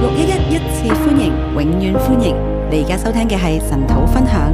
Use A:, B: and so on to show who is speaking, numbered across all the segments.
A: 六一一一次歡迎，永遠歡迎！你而家收聽嘅係神土分享。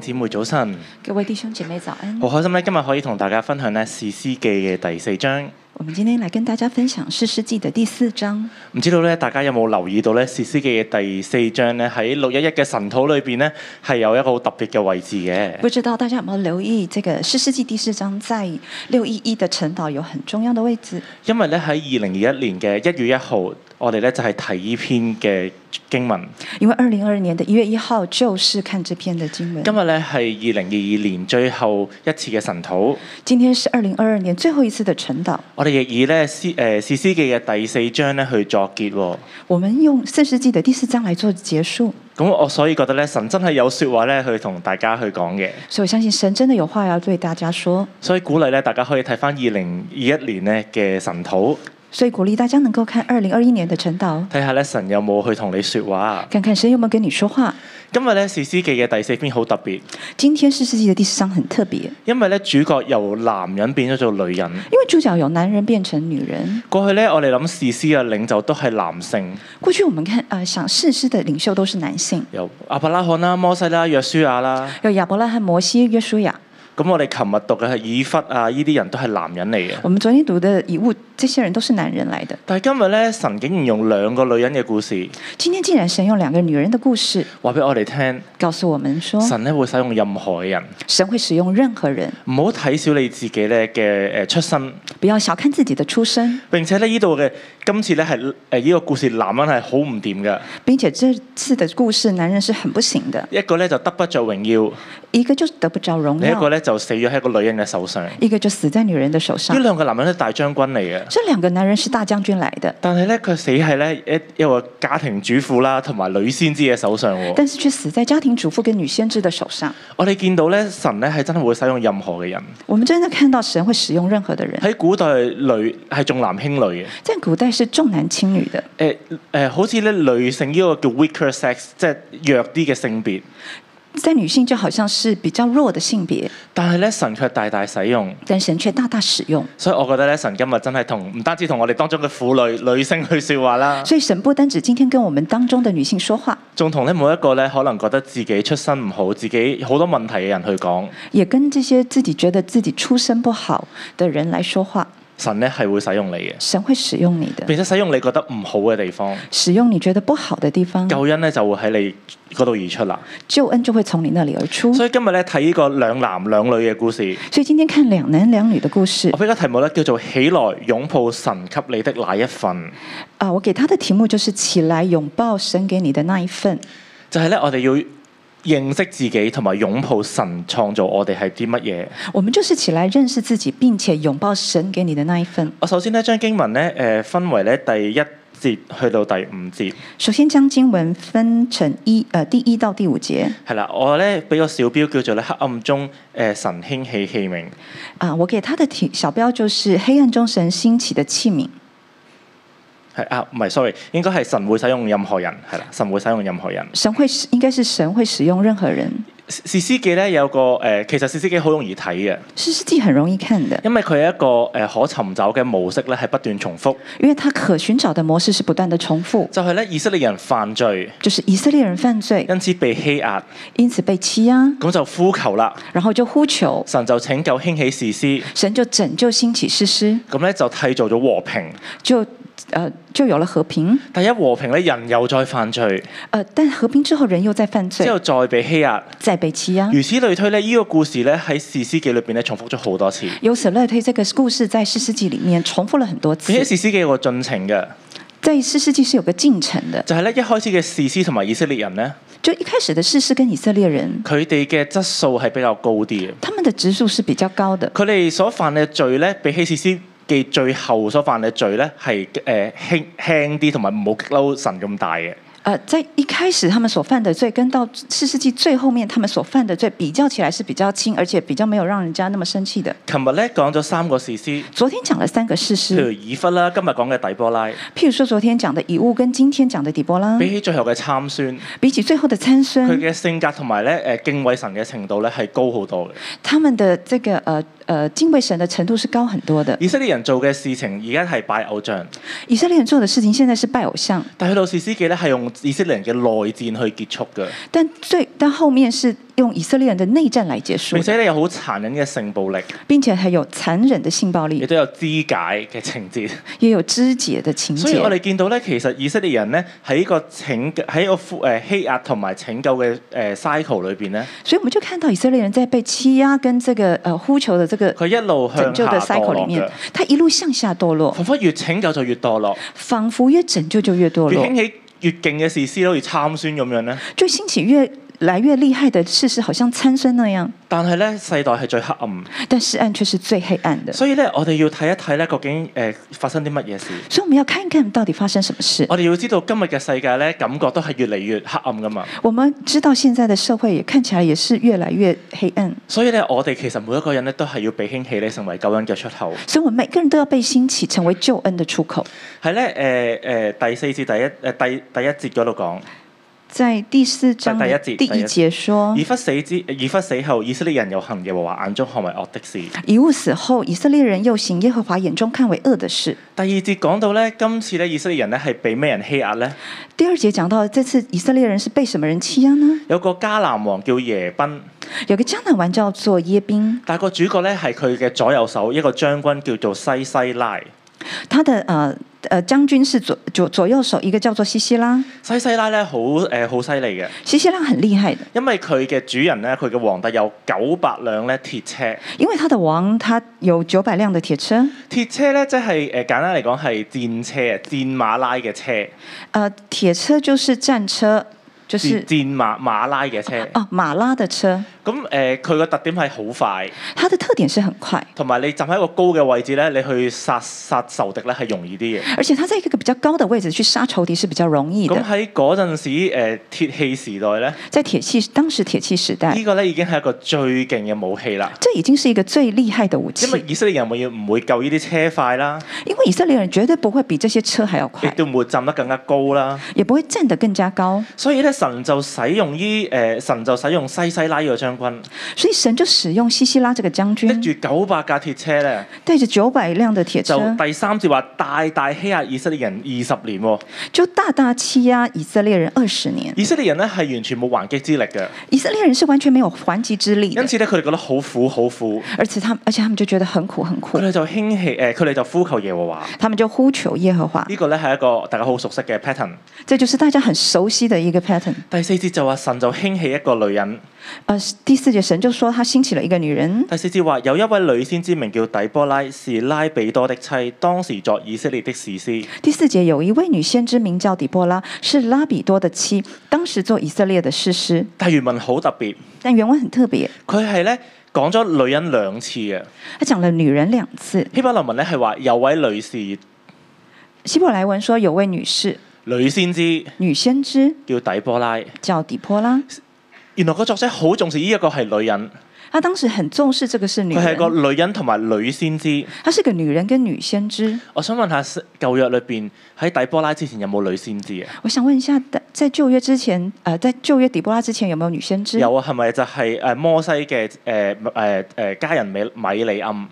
B: 各位弟兄姊妹早晨，
C: 各位弟兄姐妹早安！
A: 哦
B: 好開心咧，今日可以同大家分享咧《士師記》嘅第四章。
C: 我們今天來跟大家分享《士師記》的第四章。
B: 唔知道咧，大家有冇留意到咧《士師記》嘅第四章咧喺六一一嘅神土裏邊咧係有一個好特別嘅位置嘅。
C: 不知道大家有沒有留意，這個《士師記》第四章在六一一的晨禱有很重要的位置，
B: 因為咧喺二零二一年嘅一月一號，我哋咧就係睇呢篇嘅經文。
C: 因為二零二二年的一月一號就是看這篇的經文。
B: 今日咧係二零二二年最後一次嘅神土，
C: 今天是二零二二年最後一次的晨禱，
B: 我哋亦以咧《詩誒士師記》嘅第四章咧去作結喎。
C: 我們用《士師記》的第四章來做結束，
B: 咁我所以覺得咧，神真係有説話咧去同大家去講嘅。
C: 所以我相信神真的有話要對大家說，
B: 所以鼓勵咧，大家可以睇翻二零二一年咧嘅神土，
C: 所以鼓勵大家能夠看二零二一年的晨哦禱，
B: 睇下咧神有冇去同你說話。
C: 看看神有沒有跟你說話。
B: 今日咧《士師記》嘅第四篇好特別，
C: 今天《士師記》的第四章很特別，因
B: 因為咧主角由男人變咗做女人。
C: 為主角有男人變成女人。
B: 過去咧，我哋諗士師嘅領袖都係男性，
C: 过去我们看，呃，想士師的領袖都是男性，
B: 由亞伯拉罕啦、摩西啦、約書亞啦。
C: 有亞伯拉罕、摩西、約書亞。
B: 咁我哋琴日讀嘅係以弗啊，呢啲人都係男人嚟嘅。
C: 我們昨天讀的以物，這些人都是男人來的。
B: 但係今日咧，神竟然用兩個女人嘅故事
C: 今天既然神用兩個女人的故事
B: 話俾我哋聽，
C: 告訴我們說，
B: 神咧會使用任何人，
C: 神會使用任何人，
B: 唔好睇小你自己咧嘅誒出身。
C: 不要小看自己的出身，
B: 並且咧，呢度嘅今次咧係誒呢個故事，男人係好唔掂嘅。
C: 並且這次的故事，男人是很不行的，
B: 一個咧就得不着榮耀，
C: 一個就得不着榮
B: 另一個
C: 耀，
B: 咧就死咗喺一個女人嘅手上。呢
C: 一個就死在女人的手上。
B: 兩個男人都係大將軍嚟嘅，
C: 這兩個男人是大將軍來的，
B: 但係咧佢死喺咧一一個家庭主婦啦，同埋女先知嘅手上喎。
C: 但是卻死在家庭主婦跟女先知的手上。
B: 我哋見到咧神咧係真係會使用任何嘅人。
C: 我們真的看到神會使用任何的人，
B: 喺古代女係重男輕女嘅。
C: 在古代是重男輕女的。
B: 誒、誒、好似咧女性呢個叫 weaker sex，即係弱啲嘅性別。
C: 在女性就好像是比較弱的性別，
B: 但係咧神卻大大使用。
C: 但神卻大大使用。
B: 所以我覺得咧，神今日真係同唔單止同我哋當中嘅婦女、女性去説話啦，
C: 所以神不單止今天跟我們當中的女性說話，
B: 仲同咧每一個咧可能覺得自己出身唔好、自己好多問題嘅人去講，
C: 也跟這些自己覺得自己出身不好的人來說話。
B: 神咧係會使用你嘅，
C: 神會使用你的，
B: 並且使用你覺得唔好嘅地方，
C: 使用你覺得不好的地方，
B: 救恩咧就會喺你嗰度而出啦。
C: 救恩就會從你那裡而出。
B: 所以今日咧睇呢個兩男兩女嘅故事，
C: 所以今天看兩男兩女的故事
B: 我俾個題目咧叫做起來擁抱神給你的那一份，
C: 啊，我給他的題目就是“起來擁抱神給你的那一份
B: 就係咧我哋要認識自己同埋擁抱神創造我哋係啲乜嘢。”，
C: 我們就是起來認識自己，並且擁抱神給你的那一份。
B: 啊我首先咧將經文咧誒、呃分為咧第一節去到第五節，
C: 首先將經文分成一，呃，第一到第五節。
B: 係啦，我咧俾個小標叫做咧黑暗中誒、呃神興起器皿。
C: 啊，我給他的題小標就是“黑暗中神興起的器皿
B: 係啊，唔係，sorry，應該係神會使用任何人，係啦，神會使用任何人”，。
C: 神會使應該是神會使用任何人。
B: 士士師記咧有個誒、呃其實士師記好容易睇嘅，
C: 士師記很容易看的，
B: 因為佢係一個誒、呃可尋找嘅模式咧係不斷重複，
C: 因為它可尋找的模式是不斷的重複，
B: 就係咧以色列人犯罪，
C: 就是以色列人犯罪，
B: 因此被欺壓，
C: 因此被欺壓，
B: 咁就呼求啦，
C: 然後就呼求
B: 神就拯救興起士師，
C: 神就拯救興起士師，
B: 咁咧就締造咗和平。
C: 就呃就有了和平。
B: 第一和平咧，人又再犯罪，
C: 呃，但和平之後人又在犯
B: 之
C: 罪，
B: 後再被欺壓，
C: 再被欺壓。
B: 如此類推咧。呢、個故事咧喺《士師記》裏邊咧重複咗好多次。
C: 由此類推，這個故事在士師記裡面重複了很多次
B: 而。且《士師記》有個進程嘅，
C: 在士師記是有個進程的，
B: 就係咧一開始嘅士師同埋以色列人咧，
C: 就一開始的士師跟以色列人
B: 佢哋嘅質素係比較高啲嘅。
C: 他們的指數是比較高的。
B: 佢哋所犯嘅罪咧，比起士師記呃最後所犯嘅罪咧，係誒輕輕啲，同埋冇激嬲神咁大嘅。
C: 呃，在一开始他们所犯的罪，跟到四世纪最后面他们所犯的罪比较起来是比较轻，而且比较没有让人家那么生气的。
B: 琴日咧講咗三個士師，
C: 昨天讲了三个事
B: 譬如
C: 实，
B: 以弗啦，今日講嘅底波拉，
C: 譬如说昨天讲的以物跟今天讲的底波拉，
B: 比起最後嘅參孫，
C: 比起最后的参
B: 佢
C: 孙，
B: 嘅性格同埋咧誒敬畏神嘅程度咧係高好多嘅。
C: 他们的这个呃呃敬畏神的程度是高很多的。
B: 以色列人做嘅事情而家係拜偶像，
C: 以色列人做的事情现在是拜偶像，
B: 但去到士師記咧係用以色列人嘅內戰去結束嘅，
C: 但最但后面是用以色列人的内战来结束
B: 並
C: 的，
B: 且咧有好殘忍嘅性暴力，
C: 并且还有残忍的性暴
B: 亦
C: 力，
B: 都有肢解嘅情節。
C: 也有肢解的情
B: 所以
C: 节
B: 我。哋見到咧，其實以色列人咧喺個拯喺個負誒欺壓同埋拯救嘅誒 cycle 裏邊咧，
C: 所以我们就看到以色列人在被欺压跟这个呃呼求的这个
B: 佢一路
C: 拯
B: 向
C: 救
B: 下
C: 的
B: 墮
C: cycle 里
B: 落嗯
C: 面
B: 嘅，，
C: 他一路向下堕落，
B: 彷彿越拯救就越墮落，
C: 仿佛越拯救就越堕
B: 越
C: 落
B: 興，起越勁嘅事師都好似參孫咁樣咧。
C: 就兴起越来越厉害的事实，好像参孙那样，
B: 但係咧，世代係最黑暗，
C: 但是暗却是最黑暗的。
B: 所以咧，我哋要睇一睇咧，究竟誒、呃、發生啲乜嘢事。
C: 所以我们要看一看到底发生什么事。
B: 我哋要知道今日嘅世界咧，感覺都係越嚟越黑暗噶嘛。
C: 我们知道现在的社会也看起来也是越来越黑暗，
B: 所以咧，我哋其實每一個人咧都係要被興起咧，成為救恩嘅出口。
C: 所以我们每个人都要被兴起，成为救恩的出口。
B: 係咧，誒、呃、誒第四節第一誒、呃第第一節嗰度講。
C: 在第四章
B: 第一
C: 的
B: 节
C: 第
B: 第
C: 一
B: 一节
C: 节说
B: 以：弗死之以弗死後，以色列人又行耶和華眼中看為惡的事。
C: 以物死后，以色列人又行耶和华眼中看为恶的事。
B: 第二節講到咧，今次咧以色列人咧係被咩人欺壓咧？
C: 第二节讲到，这次以色列人是被什么人欺压呢？
B: 有個迦南王叫耶賓，
C: 有个迦南王叫做耶宾，
B: 但係個主角咧係佢嘅左右手，一個將軍叫做西西拉。
C: 他的呃呃将军是左左左右手，一个叫做西西拉。
B: 西西拉咧好誒好犀利嘅，
C: 西西拉很厉害的，
B: 因為佢嘅主人咧，佢嘅皇帝有九百輛咧鐵車，
C: 因为他的王他有九百輛的鐵車，
B: 鐵車咧即係誒簡單嚟講係戰車啊，戰馬拉嘅車，
C: 呃，鐵車就是戰車，就是
B: 戰戰馬馬拉嘅車。
C: 啊馬拉的車，
B: 咁誒佢個特點係好快。
C: 它的特點是很快，
B: 同埋你站喺一個高嘅位置咧，你去殺殺仇敵咧係容易啲嘅。
C: 而且它在一个比较高的位置去殺仇敵是比較容易
B: 咁
C: 的。
B: 喺嗰陣時，誒、鐵器時代咧，
C: 在鐵器當時鐵器時代
B: 呢，個咧已經係一個最勁嘅武器啦。
C: 这已經是一個最厲害的武器
B: 因，為以色列人永遠唔會夠呢啲車快啦，
C: 因為以色列人絕對不會比這些車還要
B: 亦
C: 快，
B: 都唔會站得更加高啦。
C: 也不會站得更加高，
B: 所以咧，神就使用呢誒、呃神就使用西西拉呢個將軍，
C: 所以神就使用西西拉這個將
B: 拎
C: 軍，
B: 住九百架鐵車咧，
C: 帶着九百輛的鐵
B: 就
C: 車，
B: 第三節話大大欺壓以色列人二十年喎。
C: 就大大欺壓以色列人二十年。
B: 以色列人咧係完全冇還擊之力嘅，
C: 以色列人是完全沒有還擊之力的
B: 因，此咧佢哋覺得好苦好苦。
C: 而且他们，而且他们就覺得很苦很苦
B: 佢，哋就興起誒，佢哋就呼求耶和華。
C: 他们就呼求耶和华。
B: 呢個咧係一個大家好熟悉嘅 pattern。
C: 这就是大家很熟悉的一個 pattern。
B: 第四節就話神就興起一個女人。
C: 呃，第四節神就說他興起了一個女人，
B: 第四節話有一位女先知名叫底波拉，是拉比多的妻，當時作以色列的士師。
C: 第四節有一位女先知名叫底波拉，是拉比多的妻，當時做以色列的士师。
B: 但原文好特別，
C: 但原文很特別，
B: 佢係咧講咗女人兩次嘅。
C: 他講了女人兩次。
B: 希伯來文咧係話有位女士
C: 希伯來文說有位女士，
B: 女先知
C: 女先知
B: 叫底波拉。
C: 叫底波拉，
B: 原來個作者好重視呢一個係女人，
C: 她當時很重視這個是女
B: 佢係個
C: 人，
B: 女人同埋女先知。
C: 她是個女人跟女先知。
B: 我想問下舊約裏邊喺底波拉之前有冇女先知啊？
C: 我想問一下，在在舊約之前，呃，在舊約底波拉之前有沒有女先知？
B: 有啊，係咪就係誒摩西嘅誒誒誒家人米米利暗？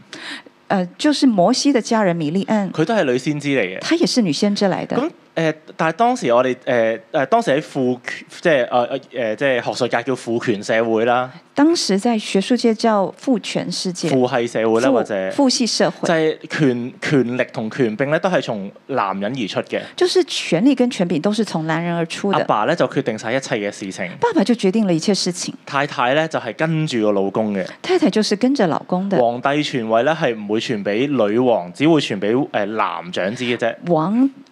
C: 呃，就是摩西的家人米利暗，
B: 佢都係女先知嚟嘅。
C: 她也是女先知來的。
B: 咁誒、呃但係當時我哋誒誒當時喺父權，即係誒誒誒，即係學術界叫父權社會啦，
C: 當時在學術界叫父權世界、
B: 父系社會啦，
C: 父
B: 或者
C: 父系社
B: 就
C: 會，
B: 係權權力同權柄咧，都係從男人而出嘅。
C: 就是權力跟權柄都是從男人而出
B: 阿
C: 的。
B: 爸咧就決定晒一切嘅事情，
C: 爸爸就決定了一切事情，
B: 太太咧就係、跟住個老公嘅。
C: 太太就是跟着老公的。
B: 皇帝傳位咧係唔會傳俾女王，只會傳俾誒男長子嘅啫，
C: 王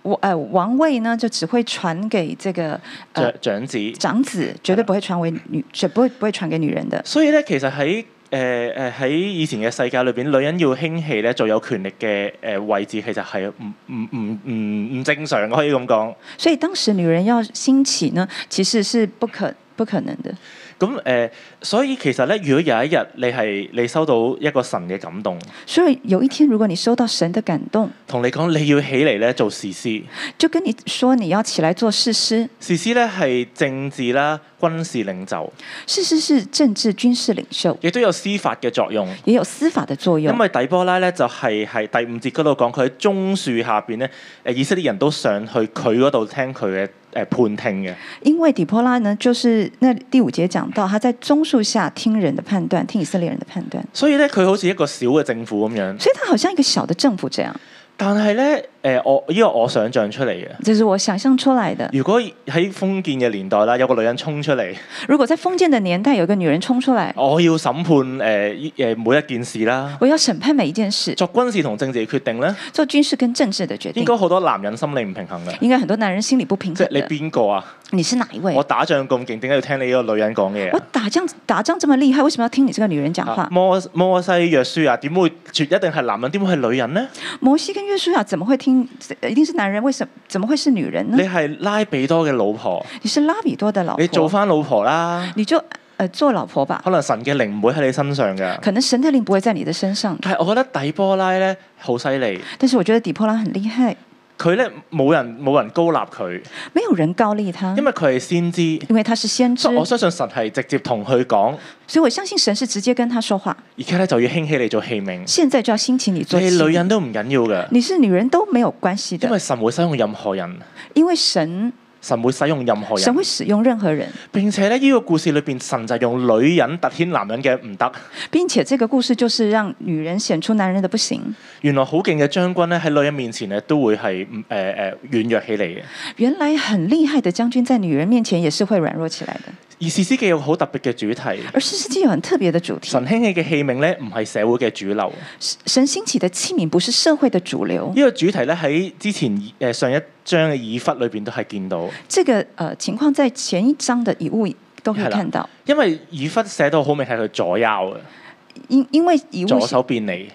C: 王呃王位呢，就只會傳給這個
B: 長
C: 呃
B: 長子。
C: 長子，絕對不會傳為女，絕不會不會傳給女人的。
B: 所以咧，其實喺誒誒喺以前嘅世界裏邊，女人要興起咧最有權力嘅誒位置，其實係唔唔唔唔唔正常嘅，可以咁講。
C: 所以当时女人要兴起呢，其实是不可不可能的。
B: 咁誒、呃所以其實咧，如果有一日你係你收到一個神嘅感動，
C: 所以有一天，如果你收到神的感动，
B: 同你講你要起嚟咧做士師，
C: 就跟你說你要起來做士師，
B: 士師咧係政治啦、軍事領袖，
C: 士師是政治軍事領袖，
B: 亦都有司法嘅作用。
C: 也有司法的作用
B: 因。為底波拉咧就係、係第五節嗰度講，佢喺棕樹下邊咧，誒以色列人都上去佢嗰度聽佢嘅誒判聽嘅。
C: 因為底波拉呢，就是那第五節講到，他在棕樹下听人的判斷，听以色列人的判斷，
B: 所以咧，佢好似一個小嘅政府咁樣，
C: 所以他好像一個小的政府這樣，
B: 但係咧，誒我呢個我想像出嚟嘅。
C: 这是我想象出來的。
B: 如果喺封建嘅年代啦，有個女人衝出嚟，
C: 如果在封建的年代，有一個女人衝出來，
B: 我要審判誒依誒每一件事啦。
C: 我要審判每一件事，
B: 作軍事同政治嘅決定咧，
C: 做軍事跟政治的決
B: 應
C: 定，
B: 該好多男人心理唔平衡嘅。
C: 應該很多男人心里不平
B: 即
C: 衡
B: 係你
C: 的。
B: 邊個啊？
C: 你是哪一位
B: 我？打仗咁勁，點解要聽你呢個女人講嘢
C: 我
B: 啊
C: 打仗打仗這麼厲害，為什麼要聽你這個女人講
B: 啊
C: 話？
B: 摩摩西約書亞點會絕一定係男人，點會係女人呢？
C: 摩西跟约书亚怎么会听？一定是男人，为什么怎么会是女人呢
B: 你？係拉比多嘅老婆，
C: 你是拉比多的老婆，
B: 你做翻老婆啦。
C: 你就呃做老婆吧。
B: 可能神嘅靈唔會喺你身上㗎。
C: 可能神的灵不会在你的身上，
B: 但係我覺得底波拉咧好犀利，
C: 但是我觉得底波拉很厉害，
B: 佢咧冇人冇人高立佢，
C: 没有人高利他
B: 因，哦為佢係先知，
C: 因为他是先知
B: 所以，我相信神係直接同佢講，
C: 所以我相信神是直接跟他说话。
B: 而家咧就要興起你做器皿，
C: 现在就要兴起你
B: 你
C: 做
B: 係女
C: 妻，
B: 人都唔緊要㗎，
C: 你是女人都没有关系
B: 因為
C: 的，
B: 神會使用任何人，
C: 因为神
B: 神會使用任何
C: 神
B: 人
C: 会，使用任何人，
B: 並且咧呢、個故事裏邊，神就係用女人突顯男人嘅唔得。
C: 并且这个故事就是让女人显出男人的不行。
B: 原來好勁嘅將軍咧喺女人面前咧都會係誒誒軟弱起嚟嘅。
C: 原来很厉害的将军在女人面前也是会软弱起来的。
B: 而士師記有個好特別嘅主題，
C: 而四世纪有很特别的主题，
B: 神興起嘅器皿咧唔係社會嘅主流。
C: 神兴起的器皿不是社会的主流。
B: 呢個主題咧喺之前誒、呃上一章嘅以弗裏邊都係見到，
C: 这个呃情况在前一章的以物都可以
B: 是啦
C: 看到，
B: 因為以弗寫到好明係佢左右嘅，
C: 因因为以物
B: 左
C: 是哦、
B: 手變利。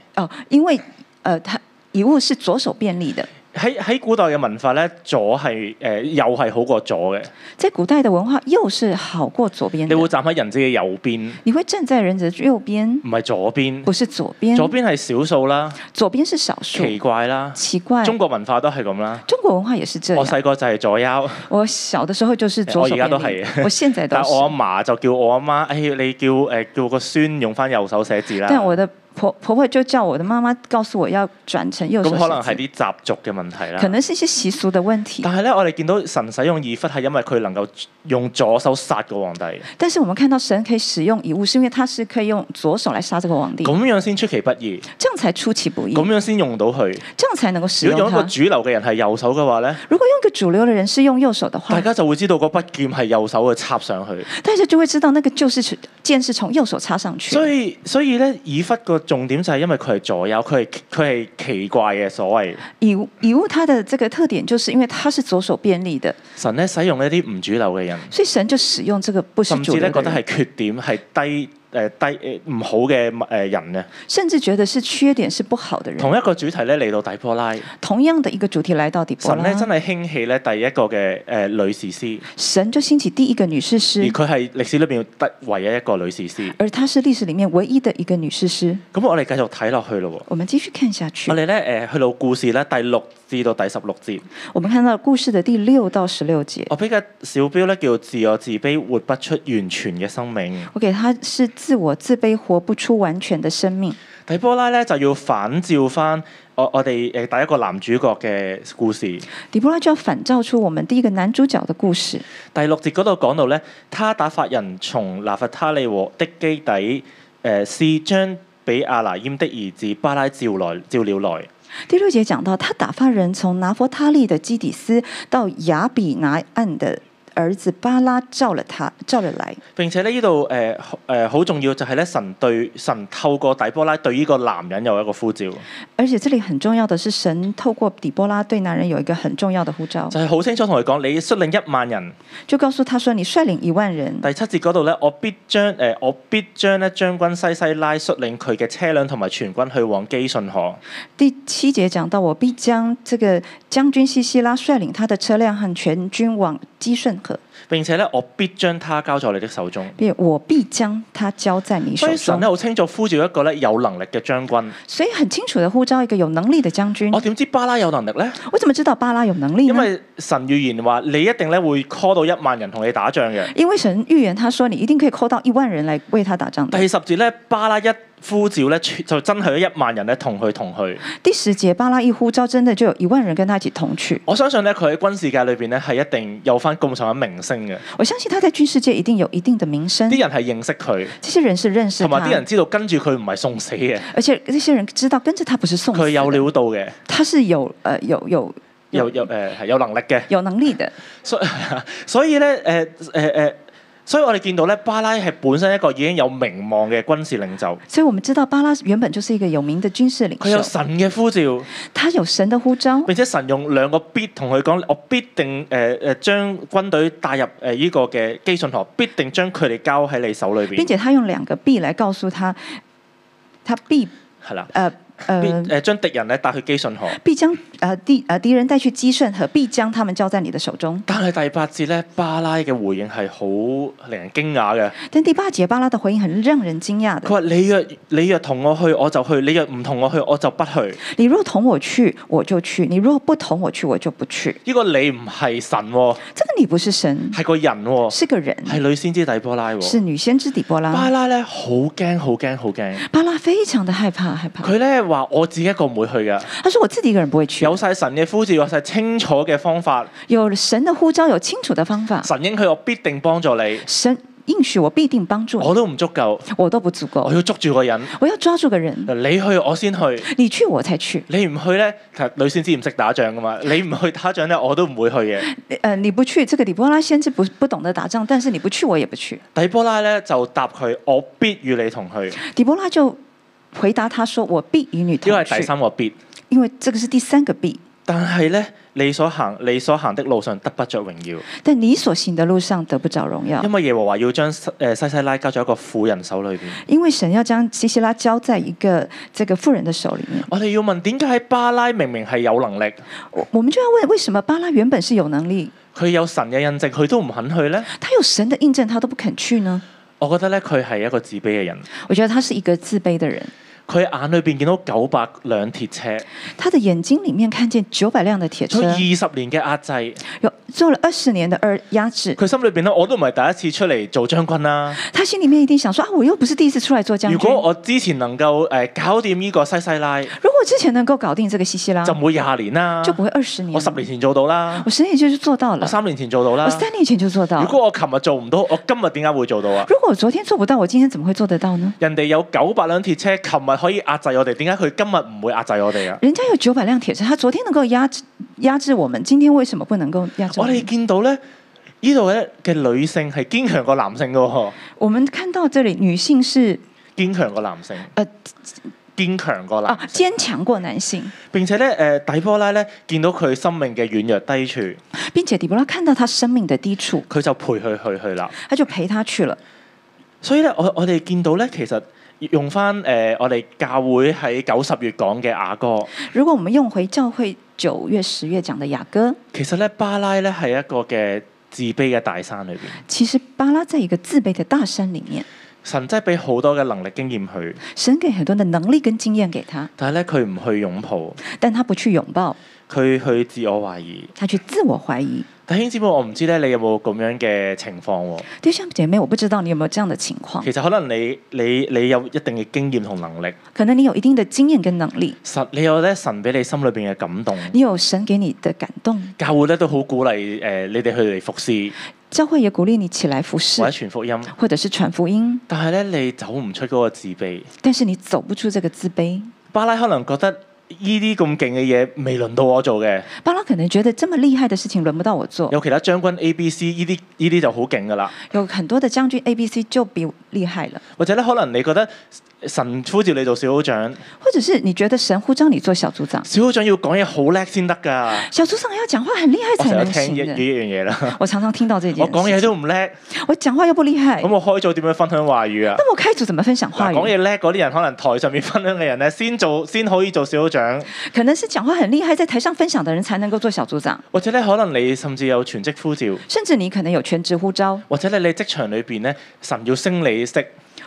C: 因为呃它以物是左手便利的，
B: 喺喺古代嘅文化咧，左係誒、呃右係好過左嘅，
C: 在古代的文化右是好过左边
B: 你
C: 的，
B: 會站喺人字嘅右邊，
C: 你会站在人的右边，
B: 唔係左邊
C: 不。是左边，
B: 左邊係少數啦，
C: 左边是少数，
B: 奇怪啦，
C: 奇怪。
B: 中國文化都係咁啦。
C: 中国文化也是这
B: 我
C: 样。
B: 細個就係左右，
C: 我小的时候就是左手
B: 我而
C: 便
B: 家哦都
C: 利
B: 是，
C: 我现 在都
B: 但
C: 是。
B: 我阿嫲就叫我阿媽，誒、你叫誒、呃叫個孫用翻右手寫字啦。
C: 但我的婆婆婆就叫我的妈妈告诉我要转成右
B: 咁
C: 手
B: 可能
C: 写
B: 係
C: 字，
B: 啲習俗嘅問題啦。
C: 可能是一些习俗的问题。
B: 但係咧，我哋見到神使用以弗係因為佢能夠用左手殺個皇帝，咁
C: 但是我们看到神可以使用以物，是因为他是可以用左手来杀这个皇帝，
B: 樣先出其不意，
C: 这样才出其不意，
B: 咁樣先用到佢。
C: 这样才能够使
B: 如
C: 用
B: 果用一
C: 它
B: 個。主流嘅人係右手嘅話咧，
C: 如果用一个主流的人是用右手的
B: 大
C: 话，
B: 家就會知道嗰把劍係右手去插上去。
C: 大家就会知道那个就是剑是从右手插上去。
B: 所以所以咧，以弗個重點就係因為佢係左右，佢係佢係奇怪嘅所謂
C: 以物以物它的这个特点就是因为它是左手便利的，
B: 神咧使用一啲唔主流嘅人，
C: 所以神就使用这个不是
B: 甚
C: 主
B: 至
C: 流
B: 咧
C: 的
B: 覺得係
C: 人，
B: 缺點係低。誒低誒唔好嘅誒人咧，
C: 甚至觉得是缺点是不好的人。
B: 同一個主題咧嚟到底波拉，
C: 同样的一个主题来到底波
B: 神咧
C: 拉，
B: 真係興起咧第一個嘅誒女士師。
C: 神就兴起第一个女士
B: 而
C: 师，
B: 佢係歷史裏邊得唯一一個女士師。
C: 而她是历史里面唯一的一个女士师。
B: 咁我哋繼續睇落去咯喎。
C: 我们继续看下去
B: 我。哋咧誒去到故事咧第六至到第十六節，
C: 我们看到故事的第六到十六节，
B: 我俾嘅小標咧叫自我自卑，活不出完全嘅生命。
C: 我给他是自我自卑，活不出完全的生命。
B: 底波拉咧就要反照翻我我哋誒第一個男主角嘅故事。
C: 底波拉就要反照出我们第一个男主角的故事。
B: 第六節嗰度講到咧，他打發人從拿弗他利和的基底誒、呃、是將比亞拿煙的兒子巴拉召來召了來。
C: 第六节讲到，他打发人从拿佛他利的基底斯到雅比拿岸的儿子巴拉召了他，召了来。
B: 並且咧呢度誒誒好重要就係咧神對神透過底波拉對呢個男人有一個呼召，就
C: 而且这里很重要的是，神透过底波拉对男人有一个很重要的呼召，
B: 係、好清楚同佢講，你率領一萬人。
C: 就告诉他说：“你率领一万人，
B: 第七節嗰度咧，我必將誒、呃我必將咧將軍西西拉率領佢嘅車輛同埋全軍去往基順河。
C: 第七节讲到，我必将这个将军西西拉率领他的车辆和全军往基顺河，
B: 並且咧，我必將他交在你的手中。
C: 并我必将他交在你手
B: 所以神咧
C: 中。
B: 好清楚呼召一個咧有能力嘅將軍。
C: 所以很清楚的呼召一个有能力的将军
B: 我。哦點知巴拉有能力呢？
C: 我怎么知道巴拉有能力
B: 因
C: 呢？
B: 為神預言話你一定咧會 call 到一萬人同你打仗嘅。
C: 因为神预言他说，你一定可以扣到一万人来为他打仗的。
B: 第十節咧，巴拉一呼召咧，全就真係一萬人咧同佢同去。
C: 第十节，巴拉一呼召，真的就有一万人跟他一起同去。
B: 我相信咧，佢喺軍事界裏邊咧係一定有翻咁上下名聲嘅，
C: 我相信他在军事界一定有一定的名声，
B: 啲人係認識佢，
C: 这些人是认识
B: 同埋
C: 他
B: 啲，人知道跟住佢唔係送死嘅，
C: 而且这些人知道跟着他不是送死
B: 佢有
C: 的，
B: 料到嘅，
C: 他是有呃有有
B: 有有誒係有能力嘅，
C: 有能力的。
B: 所以 所以咧誒誒誒，呃所以我哋見到咧，巴拉係本身一個已經有名望嘅軍事領袖，
C: 所以我们知道巴拉原本就是一个有名的军事领
B: 佢有
C: 袖，
B: 神嘅呼召。
C: 他有神的呼召，
B: 並且神用兩個必同佢講，我必定呃誒誒將軍隊帶入誒呢個嘅基信河，必定將佢哋交喺你手裏
C: 并
B: 邊，
C: 且他用两个必来告诉他，他必
B: 係啦，
C: 呃
B: 必
C: 呃
B: 誒將敵人咧帶去基信河。
C: 必将呃敌呃敌人带去基顺和必将他们交在你的手中。
B: 但係第八節咧，巴拉嘅回應係好令人驚訝嘅。
C: 但第八节巴拉的回应很让人惊讶
B: 佢
C: 的：
B: 話：你若你若同我去，我就去；你若唔同我去，我就不去。呢、
C: 你若同我去，我就去；你若不同我去，我就不去。
B: 個你唔係神、喎，
C: 这个你不是神，
B: 係個人、喎，
C: 是个人，
B: 係女先知底波拉、
C: 是啊
B: 喎。
C: 女先知底波
B: 巴
C: 拉。
B: 拉咧好驚，好驚，好驚。
C: 巴拉非常的害怕，害怕。
B: 佢咧話：我自己一個唔會去㗎。
C: 他说：“我自己一个人不会去，
B: 有晒神嘅呼召，有晒清楚嘅方法，
C: 有神的呼召，有清楚的方法。
B: 神應許我必定幫助你，
C: 神应许我必定帮助你，
B: 我都唔足夠，
C: 我都不足够
B: 我，要捉住個人，
C: 我要抓住个人，
B: 你去我先去。
C: 你去我才去，
B: 你唔去咧，其實女先知唔識打仗噶嘛。你唔去打仗咧，我都唔會去嘅。
C: 呃，你不去，这个底波拉先知不不懂得打仗，但是你不去我也不去。
B: 底波拉咧就答佢：我必與你同去。
C: 底波拉就回答他說：我必与你
B: 呢個
C: 同
B: 係第
C: 去，
B: 三個必。
C: 因为这个是第三个必。
B: 但係咧，你所行你所行的路上得不着榮耀，
C: 但你所行的路上得不着榮耀
B: 因，為耶和華要將誒西西拉交咗一個婦人手裏邊。
C: 因为神要将西西拉交在一个这个富人的手里面。
B: 我哋要問點解巴拉明明係有能力，
C: 我我们就要问，为什么巴拉原本是有能力，
B: 佢有神嘅印證，佢都唔肯去咧？
C: 他有神的印证，他都不肯去呢？
B: 我覺得咧，佢係一個自卑嘅人。
C: 我觉得他是一个自卑的人，
B: 佢眼裏邊見到九百輛鐵車，
C: 他的眼睛里面看见九百辆的铁
B: 做
C: 车
B: 二。十年嘅壓制。
C: 有做了二十年的二压制，
B: 佢心裏邊咧，我都唔係第一次出嚟做將軍啦。
C: 他心里面一定想说啊，我又不是第一次出来做将
B: 如
C: 军，
B: 果我之前能夠誒、呃搞掂呢個西西拉，
C: 如果之前能够搞定这个西西拉，
B: 就唔會廿年啦。
C: 啊就不会二十年了。
B: 我十年前做到啦
C: 我，十年前就做到
B: 我
C: 了，
B: 三年前做到啦
C: 我。三年前就做到
B: 如
C: 了。
B: 果我琴日做唔到，我今日點解會做到啊？
C: 如果我昨天做不到，我今天怎么会做得到呢？
B: 人哋有九百輛鐵車，琴日可以壓制我哋，點解佢今日唔會壓制我哋啊？
C: 人家有九百辆铁车，他昨天能够压制压制我们，今天为什么不能够压制我
B: 我哋
C: 们？
B: 見到咧，呢度咧嘅女性係堅強過男性嘅喎，
C: 我们看到这里，女性是
B: 堅強過男性，
C: 呃
B: 堅強過男
C: 啊
B: 性。
C: 坚强过男性，
B: 並且咧，誒、底波拉咧見到佢生命嘅軟弱低處，
C: 并且底波拉看到他生命的低处，
B: 佢就陪佢去去啦。
C: 他就陪他去了。
B: 所以咧，我我哋見到咧，其實用翻誒、呃我哋教會喺九十月講嘅雅歌，
C: 如果我们用回教会九月、十月讲的雅歌，
B: 其實咧巴拉咧係一個嘅自卑嘅大山裏邊，
C: 其实巴拉在一个自卑的大山里面，
B: 神真係俾好多嘅能力經驗佢，
C: 神给很多的能力跟经验给他，
B: 但係咧佢唔去擁抱，
C: 但他不去拥抱，
B: 佢去自我懷疑。
C: 他去自我怀疑。
B: 弟兄姊妹，我唔知咧你有冇咁樣嘅情況喎、
C: 弟兄姐妹，我不知道你有没有这样的情况，
B: 其實可能你你你有一定嘅經驗同能力，
C: 可能你有一定的经验跟能力，
B: 神你有咧神俾你心裏邊嘅感動。
C: 你有神给你的感动，
B: 教會咧都好鼓勵誒、呃你哋去嚟服侍
C: 教会也鼓励你起来服
B: 或者
C: 侍，
B: 傳福音，
C: 或者是传福音，
B: 但係咧你走唔出嗰個自卑。
C: 但是你走不出这个自卑。
B: 巴拉可能覺得呢啲咁勁嘅嘢未輪到我做嘅，
C: 巴拉可能觉得这么厉害的事情轮不到我做，
B: 有其他將軍 A、B、C 呢啲呢啲就好勁噶啦。
C: 有很多的将军 A、B、C 就比我厉害了，
B: 或者咧，可能你覺得神呼召你做小組長，
C: 或者是你觉得神呼召你做小组长，
B: 小組長要講嘢好叻先得㗎。
C: 小组长要讲话很厉害
B: 我
C: 才
B: 成日
C: 能
B: 聽
C: 行
B: 一呢
C: 的。
B: 一樣嘢啦，
C: 我常常听到这件
B: 我
C: 事，
B: 講嘢都唔叻，
C: 我讲话又不厉害
B: 咁，我開組點樣分享話語啊？
C: 那我开组怎么分享话
B: 嗱，講
C: 语？
B: 嘢叻嗰啲人，可能台上面分享嘅人咧，先做先可以做小組長，
C: 可能是讲话很厉害，在台上分享的人才能够做小组长，
B: 或者咧，可能你甚至有全職呼召，
C: 甚至你可能有全职呼召，
B: 或者咧，你職場裏邊咧，神要升你職，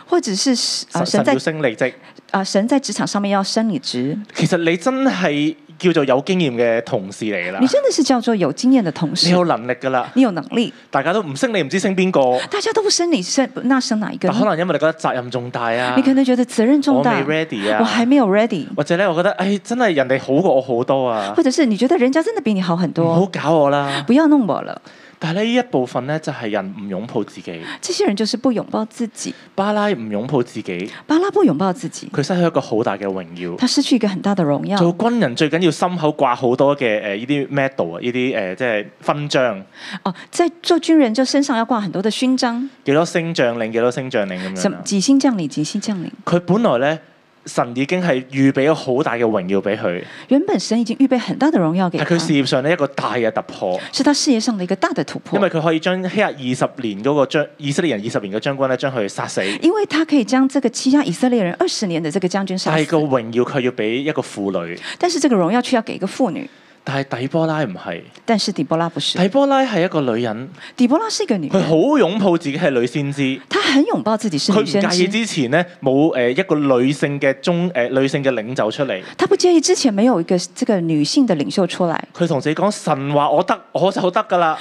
C: 或者是啊、呃
B: 神
C: 神在啊、
B: 神要升你職。
C: 呃神在职场上面要升你职，
B: 其實你真係叫做有經驗嘅同事嚟㗎啦
C: 你，真的是叫做有经验的同
B: 你
C: 事，
B: 有能力㗎啦，
C: 你有能力，
B: 大家都唔升你，唔知升邊個。
C: 大家都不升你升，那升哪一个
B: 但
C: 呢？
B: 可能因為你覺得責任重大啊
C: 你，可能觉得责任重
B: 我
C: 大，
B: 未 ready 啊，
C: 我还没有 ready，
B: 或者咧，我覺得唉、真係人哋好過我好多啊
C: 或，者是你觉得人家真的比你好很
B: 唔好
C: 多，
B: 搞我啦。
C: 不要弄我了。
B: 但係呢一部分咧，就係、人唔擁抱自己，
C: 这些人就是不拥抱自己，
B: 巴拉唔擁抱自己，
C: 巴拉不拥抱自己，
B: 佢失去一個好大嘅榮耀。
C: 他失去一个很大的荣耀。
B: 做軍人最緊要心口掛好多嘅誒呢啲 medal 啊，呢啲誒即係勳章，
C: 哦，在做军人就身上要挂很多的勋章，
B: 幾多星將領，幾多星將領咁樣
C: 什
B: 啦。
C: 几星将领、几星将领。
B: 佢本來咧，神已經係預備咗好大嘅榮耀俾佢，
C: 原本神已经预备很大的荣耀给
B: 係
C: 他
B: 佢，事業上呢一個大嘅突破。
C: 是他事业上的一个大的突破
B: 因為。佢可以將希亞二十年嗰個將以色列人二十年嘅將軍咧，將佢殺死。
C: 因为他可以将这个欺压以色列人二十年的这个将军杀
B: 但係個
C: 死，
B: 榮耀佢要俾一個婦女，
C: 但是这个荣耀却要给一个妇女。
B: 但係底波拉唔係，
C: 但是底波拉不是，
B: 底波拉係一個女人，
C: 底波拉是一个女
B: 佢
C: 人，
B: 好擁抱自己係女先知，
C: 她很拥抱自己是
B: 佢
C: 女
B: 唔
C: 先
B: 介意
C: 知，
B: 之前咧冇呃誒一個女性嘅中誒、呃女性嘅領袖出嚟，
C: 她不介意之前没有一个这个女性的领袖出来。
B: 佢同自己講神話我得我就得㗎啦，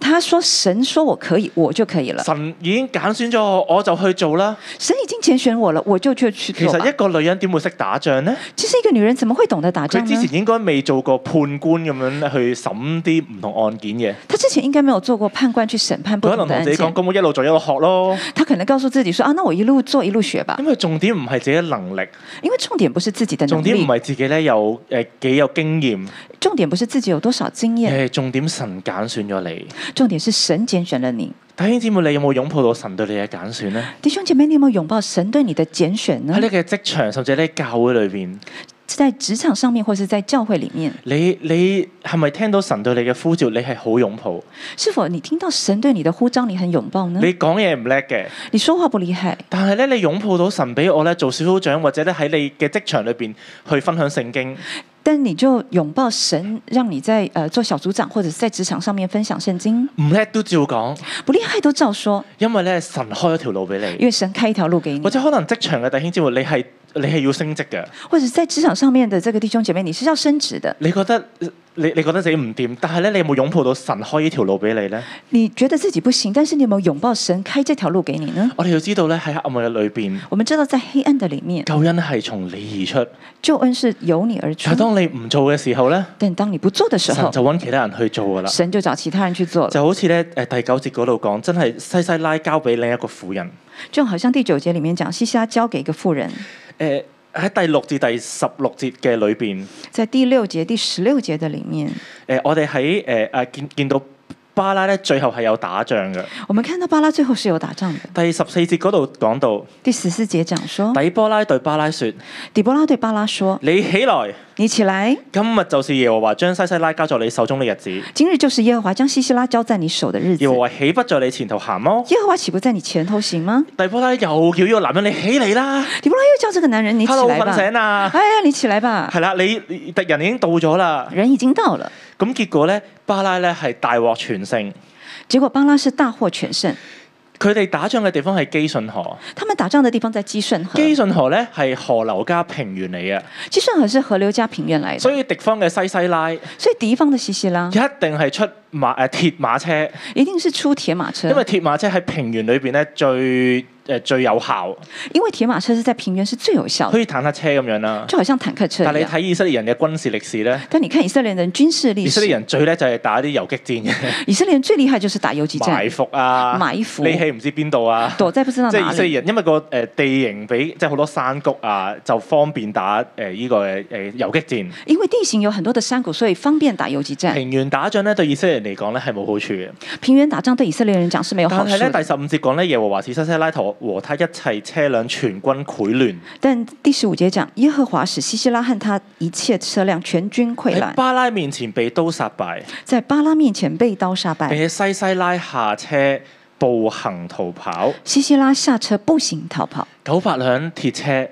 C: 她说：“神说我可以，我就可以了。
B: 神已經揀選咗我，我就去做啦。
C: 神已经拣选我了，我就去去
B: 其
C: 做吧
B: 實一。個女人點會識打仗呢？”
C: 其实一个女人怎么会懂得打
B: 佢
C: 仗
B: 之
C: 呢？
B: 前應該未做過判官咁樣去審啲唔同案件嘅。
C: 他之前应该没有做过判官去审判不
B: 佢可
C: 同
B: 能
C: 的案
B: 同自己講，
C: 件，
B: 咁我一路做一路學咯。
C: 他可能告诉自己说啊，那我一路做一路学吧
B: 因，為重點唔係自己嘅能力，
C: 因为重点不是自己的
B: 嗯重
C: 能
B: 點唔
C: 力，
B: 係自己咧有誒幾有經驗，
C: 重點不是自己有多少經
B: 而
C: 驗，
B: 係重點神揀選咗你。
C: 重點是神揀选了你。
B: 弟兄姊妹，你有冇擁抱到神對你嘅揀選呢？
C: 弟兄姐妹，你有没有擁抱神對你的揀选呢
B: 喺你？嘅職場，甚至喺你教會裏邊，
C: 在職場上面，或是在教會里面，
B: 你你係咪聽到神對你嘅呼召？你係好擁抱。
C: 是否你聽到神對你的呼召，你很擁抱呢
B: 你？講嘢唔叻嘅，
C: 你說話不厲害，
B: 但係咧你擁抱到神俾我咧做小組長，或者咧喺你嘅職場裏邊去分享聖經。
C: 但你就擁抱神，讓你在呃做小組長或者是在職場上面分享聖經，
B: 唔叻都照講，
C: 不厲害都照說，
B: 因為咧神開咗條路俾
C: 因
B: 你，
C: 為神開一條路給你
B: 或。者可能職場嘅弟兄姊妹，你係你係要升職嘅，
C: 或者在職場上面的這個弟兄姐妹，你是要升職的，
B: 你覺得你你覺得自己唔掂，但係咧你有冇擁抱到神開呢條路俾你咧？
C: 你覺得自己不行，但是你有沒有擁抱神開這條路給你呢？
B: 我哋要知道咧喺黑暗嘅裏邊，
C: 我們知道，在黑暗的里面，
B: 救恩係從你而出，
C: 救恩是由你而出
B: 但係。當你唔做嘅時候咧，
C: 但当你不做的时
B: 神
C: 候，
B: 就揾其他人去做噶啦。
C: 神就找其他人去做了，
B: 就好似咧誒第九節嗰度講，真係西西拉交俾另一個婦人。
C: 就好像第九節里面講，西西拉交給一个妇人，呃
B: 誒、喺第六至第十六節嘅裏邊，誒、
C: 在第六節、第十六節的里面，
B: 我哋喺誒誒見見到巴拉咧，最後係有打仗嘅。
C: 我們看到巴拉最後是有打仗的。
B: 第十四節嗰度講到，
C: 第十四節講說，
B: 底波拉對巴拉說：
C: 底波拉對巴拉說
B: 你起來，：“
C: 你起來，
B: 今日就是耶和華將西西拉交在你手中的日子。
C: 今日就是耶和華將西西拉交在你手的日子
B: 耶。和華豈不在你前頭行麼？
C: 耶和華岂不在你前頭行嗎
B: 底波拉又叫呢個男人：你起嚟啦！”
C: 底波拉又叫這個男人：“你起
B: 他老
C: 來
B: 瞓
C: 吧！
B: 醒啦！
C: 哎呀，你起來吧
B: 係！啦，你你敵人已經到咗啦。
C: 人已經到了。”
B: 咁結果咧，巴拉咧係大獲全勝。
C: 結果巴拉是大獲全勝。
B: 佢哋打仗嘅地方係基順河，
C: 他們打仗的地方在基順河，
B: 基順河咧係河流加平原嚟嘅，
C: 基順河是河流加平原來的，
B: 所以敵方嘅西西拉一
C: 所以敵方的西西拉
B: 定係出呃馬誒鐵馬車，
C: 嗯一定是出鐵馬車，
B: 因為鐵馬車喺平原裏邊咧最誒最有效，
C: 因为铁马车是在平原是最有效
B: 好
C: 的，
B: 似坦克車咁樣啦。
C: 就好像坦克车
B: 但
C: 一
B: 你
C: 样。
B: 睇以色列人嘅軍事歷史咧，
C: 但你看以色列人军事历
B: 以色
C: 史
B: 列，人最叻就係打啲游擊 戰嘅
C: 以色列人最厉害就是打游击战
B: 埋，伏啊、
C: 埋伏
B: 匿喺唔知邊度啊。
C: 躲在不知道
B: 即係
C: 哪
B: 以色
C: 里。
B: 列人，因為個誒地形比即係好多山谷啊，就方便打誒依個誒遊擊戰。
C: 因为地形有很多的山谷，所以方便打游击战。
B: 平原打仗咧對以色列人嚟講咧係冇好處嘅。
C: 平原打仗对以色列人讲是没有好
B: 但
C: 处
B: 係咧
C: 的。
B: 第十五節講咧，耶和華使西西拉陀和他一切車輛全軍潰亂。
C: 但第十五节讲，耶和华使西西拉和他一切车辆全军溃
B: 喺
C: 烂，
B: 巴拉面前被刀殺敗，
C: 在巴拉面前被刀杀
B: 並
C: 败。
B: 且西西拉下車步行逃跑。
C: 西西拉下车步行逃跑，
B: 九百輛鐵車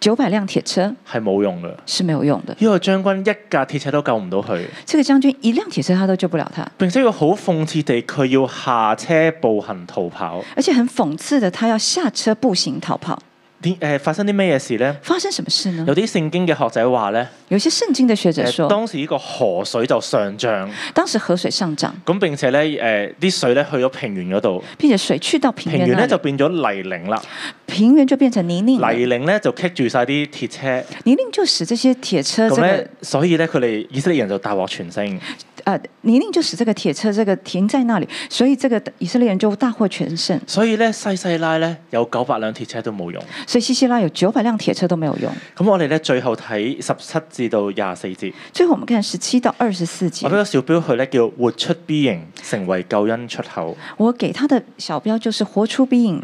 C: 九百辆铁车
B: 係冇用嘅，
C: 是没有用的。
B: 呢個將軍一架鐵車都救唔到佢。
C: 这个将军一辆铁车他都救不了他，
B: 並且佢好諷刺地，佢要下車步行逃跑。
C: 而且很讽刺的，他要下车步行逃跑。
B: 點誒、發呃生啲咩嘢事呢？
C: 发生什么事呢
B: 有？哎啲聖經嘅學者話咧，
C: 有些圣经的学者
B: 誒
C: 说，
B: 當時呢個河水就上漲，
C: 当时河水上涨，
B: 咁並且咧誒啲水咧去咗平原嗰度，
C: 并且水去到平
B: 平
C: 原
B: 原
C: 那嗯
B: 咧就
C: 里，
B: 變咗泥泞啦，
C: 平原就变成泥泞了，
B: 泥泞咧就棘住晒啲鐵車，
C: 泥泞就使这些铁车这
B: 咁
C: 个
B: 咧所以咧佢哋以色列人就大獲全勝。
C: 呃泥泞就使这个铁车这个停在那里，所以这个以色列人就大获全胜。
B: 所以咧西西拉咧有九百輛鐵車都冇用。
C: 所以西西拉有九百辆铁车都没有用。
B: 咁我哋咧最後睇十七至到廿四節，
C: 最后我们看十七到二十四节
B: 我俾，個小標佢咧叫活出 B 型，成為救恩出口。
C: 我给他的小标就是“活出必应”。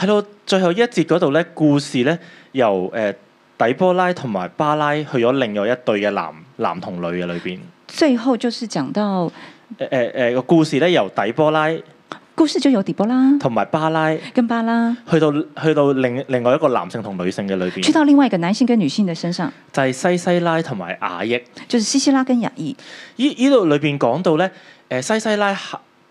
B: 喺到最後一節嗰度咧，故事咧由誒、呃底波拉同埋巴拉去咗另外一對嘅男男同女嘅裏邊。
C: 最后就是講到
B: 誒誒誒個故事咧由底波拉
C: 故事就有底波拉
B: 同埋巴拉
C: 跟巴拉，
B: 去到去到另另外一個男性同女性嘅裏邊，
C: 去到另外一个男性跟女性的身上，
B: 就係西西拉同埋雅益。
C: 就是西西拉跟雅意。
B: 依依度裏邊講到咧，誒、西西拉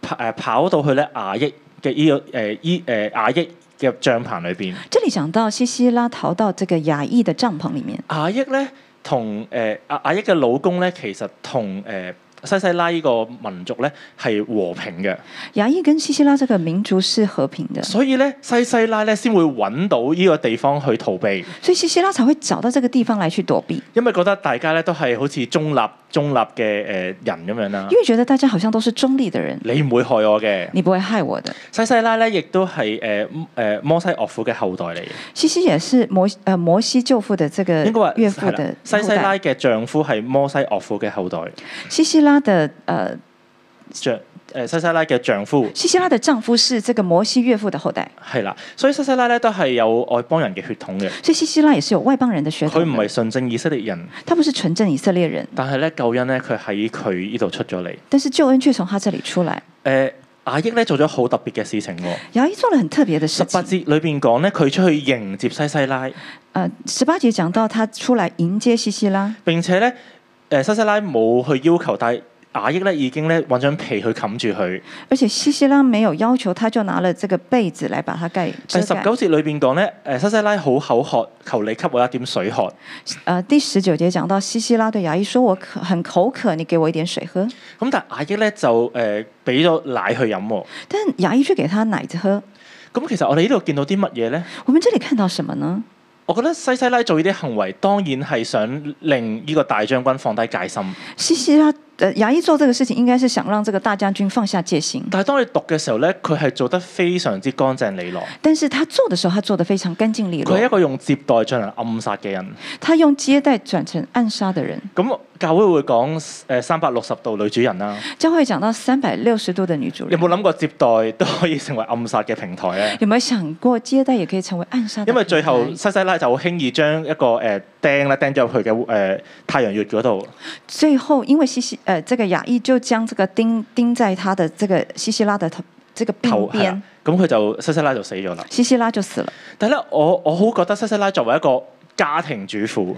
B: 跑誒跑到去咧雅益嘅依、個誒依誒雅益嘅帳棚裏邊，
C: 这里講到西西拉逃到这个雅意的帐篷里面，
B: 雅益咧同誒雅雅益嘅老公咧，其實同誒、呃西西拉呢個民族咧係和平嘅，
C: 雅意跟西西拉这个民族是和平的，
B: 所以咧西西拉咧先會揾到呢個地方去逃避，
C: 所以西西拉才会找到这个地方来去躲避，
B: 因為覺得大家咧都係好似中立中立嘅誒、呃人咁樣啦
C: 因。为觉得大家好像都是中立的人，
B: 你唔會害我嘅，
C: 你不會害我的。
B: 西西拉咧亦都係誒誒摩西岳父嘅後代嚟嘅。
C: 西西也是摩呃摩西舅父的这个
B: 應該話
C: 呃岳父
B: 係啦
C: 的
B: 西
C: 后
B: 西拉
C: 代，
B: 嘅丈夫係摩西岳父嘅後代，
C: 西西拉的呃
B: 丈誒、西西拉嘅丈夫
C: 西西拉的丈夫是这个摩西岳父的后代，
B: 係啦，所以西西拉咧都係有外邦人嘅血統嘅，
C: 所以西西拉也是有外邦人的血
B: 佢
C: 统
B: 唔
C: 的。
B: 係純正以色列人，
C: 他不是纯正以色列人，
B: 但係咧救恩咧佢喺佢呢度出咗嚟。誒、
C: 但是救恩却从他这里出来。
B: 雅益咧做咗好特別嘅事情喎。
C: 雅一做了很特别的
B: 十
C: 事
B: 八
C: 情。
B: 節裏邊講咧，佢出去迎接西西拉，
C: 呃，十八节讲到他出来迎接西西拉，
B: 並且咧誒、西西拉冇去要求，但係雅益咧已經咧揾張被去冚住佢。
C: 而且西西拉没有要求，他就拿了这个被子来把它盖
B: 第
C: 遮
B: 十
C: 盖。
B: 九節裏邊講咧，誒、西西拉好口渴，求你給我一點水喝。
C: 呃，第十九节讲到西西拉对雅一说：“我渴很口渴，你给我一点水喝。
B: 咁但係阿益咧就誒俾咗奶去飲喎。”
C: 但雅一却给他奶子喝。
B: 咁其實我哋呢度見到啲乜嘢咧？
C: 我们这里看到什么呢？
B: 我覺得西西拉做呢啲行為，當然係想令呢個大將軍放低戒心。
C: 西西拉呃，雅一做这个事情，应该是想让这个大将军放下戒心。
B: 但係當你讀嘅時候咧，佢係做得非常之乾淨利落。
C: 但是他做的时候，他做得非常干净利落
B: 佢係一。個用接待進行暗殺嘅人。
C: 他用接待转成暗杀的人。
B: 咁教會會講誒三百六十度女主人啦。
C: 教会讲到三百六十度的女主
B: 有
C: 人，
B: 冇諗過接待都可以成為暗殺嘅平台咧？
C: 有没有想過接待也可以成為暗殺的
B: 因為最後
C: 平台
B: 西西拉就好輕易將一個誒、呃、釘咧釘咗入去嘅誒太陽穴嗰度。
C: 最後因為西西呃这个雅意就將這個釘釘在他的這個西西拉的頭這個鬢
B: 頭係啦
C: 邊，
B: 咁佢就西西拉就死咗啦。
C: 西西拉就死了。
B: 但係咧，我我好覺得西西拉作為一個家庭主婦，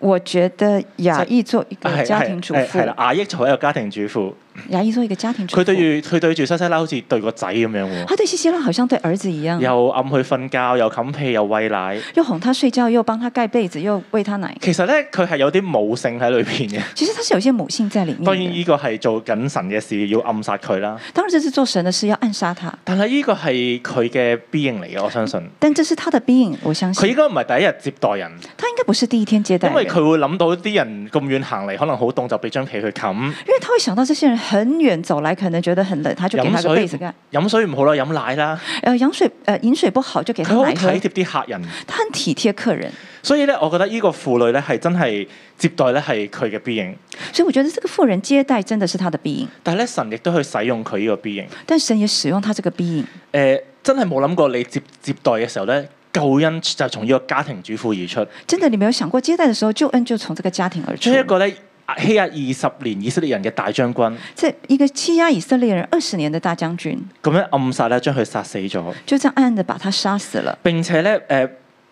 C: 我觉得雅意做一个
B: 係
C: 哦家庭主
B: 係
C: 妇
B: 係，啦，亞益做一個家庭主婦，
C: 雅意做一个家庭主妇，
B: 佢對住佢對住西西拉好似對個仔咁樣喎，
C: 他对西西拉好像对儿子一样，
B: 又暗佢瞓覺，又冚被，又喂奶。
C: 又哄他睡觉，又帮他盖被子，又喂他奶。
B: 其實咧，佢係有啲母性喺裏邊嘅。
C: 其实他是有一些母性在里面
B: 當然
C: 的。
B: 呢個係做緊神嘅事，要暗殺佢啦。
C: 当然，这是做神的事，要暗杀他。
B: 但係呢個係佢嘅 B 型嚟嘅，我相信。
C: 但这是他的 being，我相
B: 佢
C: 信
B: 應該唔係第一日接待人，
C: 他应该不是嗯第一天接待
B: 因
C: 人，
B: 為佢會諗到啲人咁遠行嚟，可能好凍就俾張被佢冚。
C: 因为他会想到这些人很远走来，可能觉得很冷，他就给
B: 飲
C: 他个被
B: 水
C: 子盖。
B: 飲水唔好啦，飲奶啦。
C: 呃，羊水呃饮水不好就给
B: 佢
C: 他
B: 好
C: 奶喝，
B: 體貼啲客人，
C: 他很体贴客人，
B: 所以咧，我覺得呢個婦女咧係真係接待咧係佢嘅 B 型，
C: 所以我觉得这个富人接待真的是他的 being，
B: 但係咧神亦都去使用佢呢個 B 型。誒、
C: 但神也使用他这个 being。
B: 呃真係冇諗過你接接待嘅時候咧，救恩就從呢個家庭主婦而出。
C: 真的，你没有想过接待的时候，救恩就从这个家庭而出
B: 出。一個咧欺壓二十年以色列人嘅大將軍，
C: 这一个欺压以色列人二十年的大将军，
B: 咁樣暗殺咧將佢殺死咗。
C: 就这样暗暗的把他杀死了，
B: 並且咧誒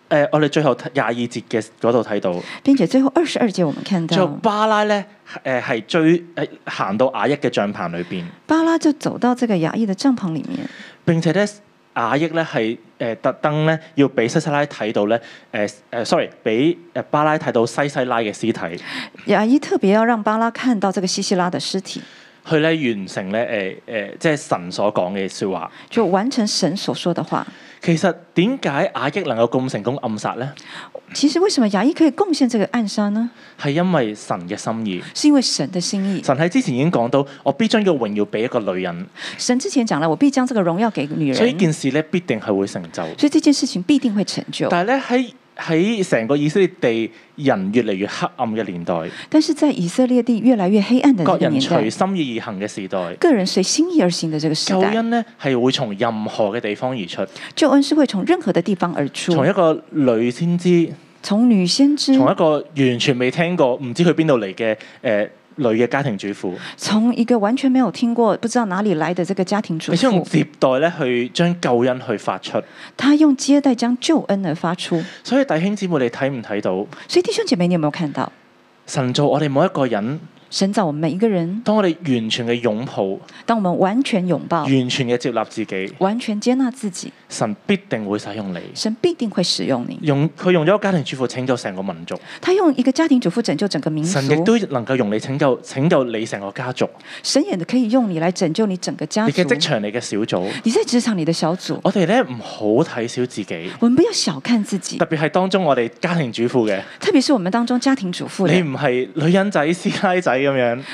B: 誒，我哋最後廿二節嘅嗰度睇到，
C: 并且最后二十二节我们看
B: 最後
C: 到
B: 巴拉咧誒係追誒行到雅億嘅帳棚裏邊，
C: 巴拉就走到这个衙役的帐篷里面，
B: 並且咧。雅億咧係誒特登咧要俾西西拉睇到咧誒誒，sorry，俾誒巴拉睇到西西拉嘅屍體，
C: 衙役特别要让巴拉看到这个西西拉的尸体，
B: 去咧完成咧誒誒，即係神所講嘅説話。
C: 就完成神所说的话。
B: 其實點解雅億能夠咁成功暗殺咧？
C: 其实为什么衙役可以贡献这个暗杀呢？
B: 係因為神嘅心意。
C: 是因为神的心意。
B: 神喺之前已經講到，我必將呢個榮耀俾一個女人，
C: 神之前讲了，我必将这个荣耀给女人，
B: 所以呢件事咧必定係會成就。
C: 所以这件事情必定会成就。
B: 但係咧喺喺成個以色列地，人越嚟越黑暗嘅年代，
C: 但是在以色列地越来越黑暗的那
B: 各
C: 个嗯
B: 人
C: 年
B: 隨
C: 代，
B: 心意而行嘅時代，
C: 个人随心意而行的这个时
B: 救
C: 代，
B: 恩咧係會從任何嘅地方而出，
C: 救恩是会从任何的地方而出，
B: 從一個女先知，
C: 从女先知，
B: 從一個完全未聽過、唔知佢邊度嚟嘅誒女嘅家庭主婦，
C: 从一个完全没有听过、不知道哪里来的这个家庭主
B: 你先用
C: 妇，
B: 接待咧去將救恩去發出。
C: 她用接待将救恩而发出。
B: 所以弟兄姊妹，你睇唔睇到
C: 所以弟兄姐妹，你有没有看到？
B: 神造我哋每一個人？
C: 神造我们每一个人，
B: 當我哋完全嘅擁抱、
C: 当我们完全拥抱、
B: 完全嘅接納自己，
C: 完全接纳自己，
B: 神必定會使用你。
C: 神必定会使用你。
B: 用佢用咗家庭主婦拯救成個民族，
C: 他用一个家庭主妇拯救整个民族
B: 神，亦都能夠用你拯救拯救你成個家族，
C: 神也可以用你来拯救你整个家
B: 你
C: 族
B: 嘅。職場、你嘅小組。
C: 你在职场里的小组，
B: 我哋咧唔好睇小自己，
C: 我们不要小看自己
B: 特，別係當中我哋家庭主婦嘅，
C: 特别是我们当中家庭主妇的，
B: 你
C: 你
B: 唔係女人仔、師奶仔咁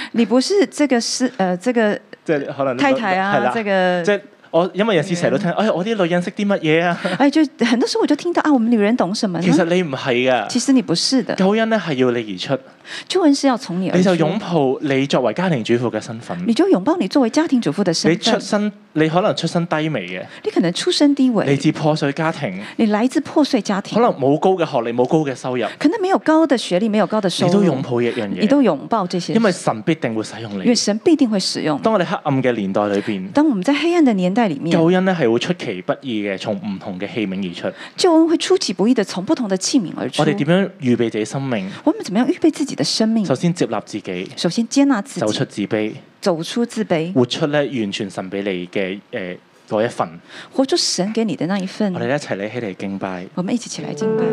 B: 樣，
C: 不是这个是呃这个
B: 即係可能
C: 太太
B: 係
C: 啊，
B: 啦
C: 这个
B: 即係我因為有時成日都聽，哎呀我啲女人識啲乜嘢 啊？
C: 哎，就很多时候我就听到啊，我们女人懂什么呢？
B: 其實你唔係
C: 其
B: 噶，
C: 实你不是的，
B: 救恩咧係要你而出，
C: 救恩是要从你而
B: 你
C: 出
B: 就擁抱你作為家庭主婦嘅身份。
C: 你就拥抱你作为家庭主妇的
B: 你
C: 身份
B: 出。身，你可能出身低微嘅，
C: 你可能出身低
B: 嚟
C: 微，
B: 自破碎家庭，
C: 你来自破碎家庭，
B: 可能冇高嘅學歷，冇高嘅收入，
C: 可能没有高的学历，没有高的收
B: 你都
C: 入，
B: 擁抱一樣
C: 你都
B: 嘢，
C: 拥抱这些，
B: 因為神必定會使用
C: 因
B: 你
C: 为。神必定会使用。
B: 當我哋黑暗嘅年代裏邊，
C: 当我们在黑暗的年代里面
B: 救，恩咧係會出其不意嘅，從唔同嘅器皿而出。
C: 救恩会出其不意的从不同的器皿而出
B: 我。哋點樣預備自己生命？
C: 我们怎么样预备自己的生命
B: 首？先接納自己，
C: 首先接纳自
B: 走
C: 己
B: 出，自卑，
C: 走出自卑，
B: 活出咧完全神俾你嘅誒嗰一份。
C: 活出神给你的那一份
B: 我。哋一齊嚟起嚟敬拜。
C: 我们一起起来敬拜。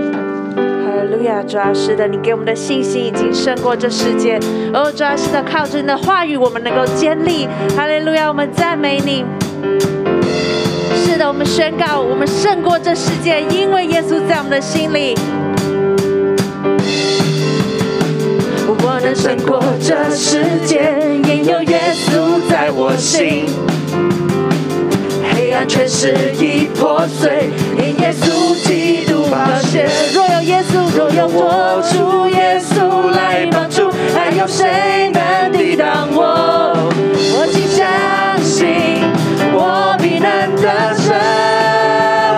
D: 哈利路亚，主啊，是的，你给我们的信心已经胜过这世界。哦，主啊，是的，靠着你的话语，我们能够坚立。哈利路亚，我们赞美你。是的，我们宣告，我们胜过这世界，因为耶稣在我们的心里。我能胜过这世界，因有耶稣在我心。黑暗全是已破碎，因耶稣基督宝血。若有耶稣，若有我，主耶稣来帮助，还有谁能抵挡我？我请相信，我必能得胜。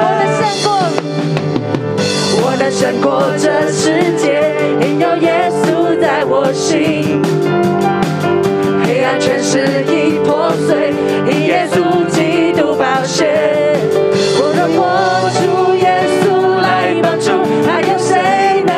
D: 我能胜过。我能胜过这世界，因有耶稣在我心。黑暗全是已破碎，因耶稣基督宝血。我的我主耶稣来帮助，还有谁能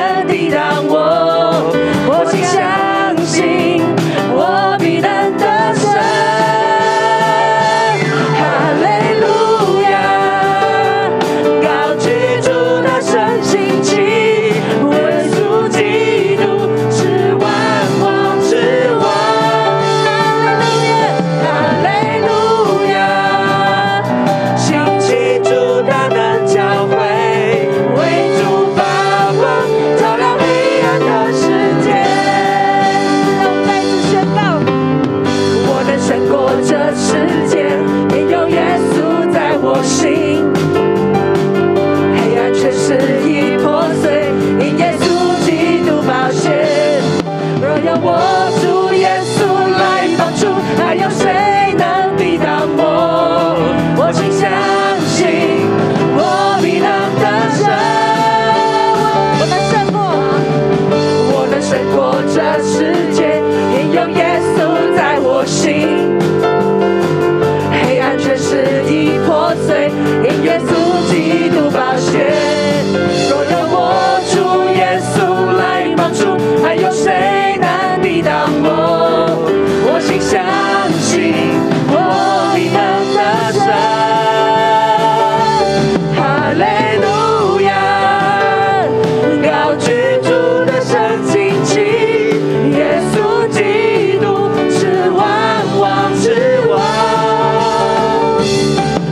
D: 这世界，因有耶稣在我心。黑暗全是已破碎，因耶稣基督宝血。若有我主耶稣来帮助，还有谁能抵挡我？我心相信我必能得胜。哈利路亚，高举主的圣经旗，耶稣基督是万王之王。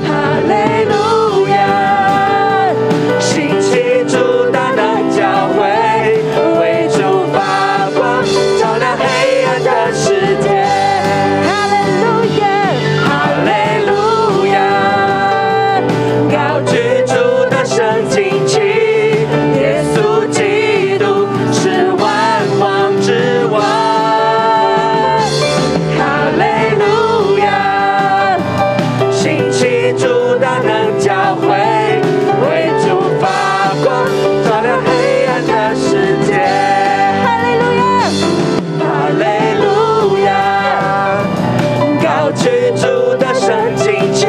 D: 哈利路亚！兴起主大能教会，为主发光，照亮黑暗的世界。哈利路亚！哈利路亚！高举主的圣经旗，耶稣基督是万王之王。哈利路亚！兴起主大能教会，为主发光，照亮黑暗的世界。哈利路亚，哈利路亚，高举主的圣经旗，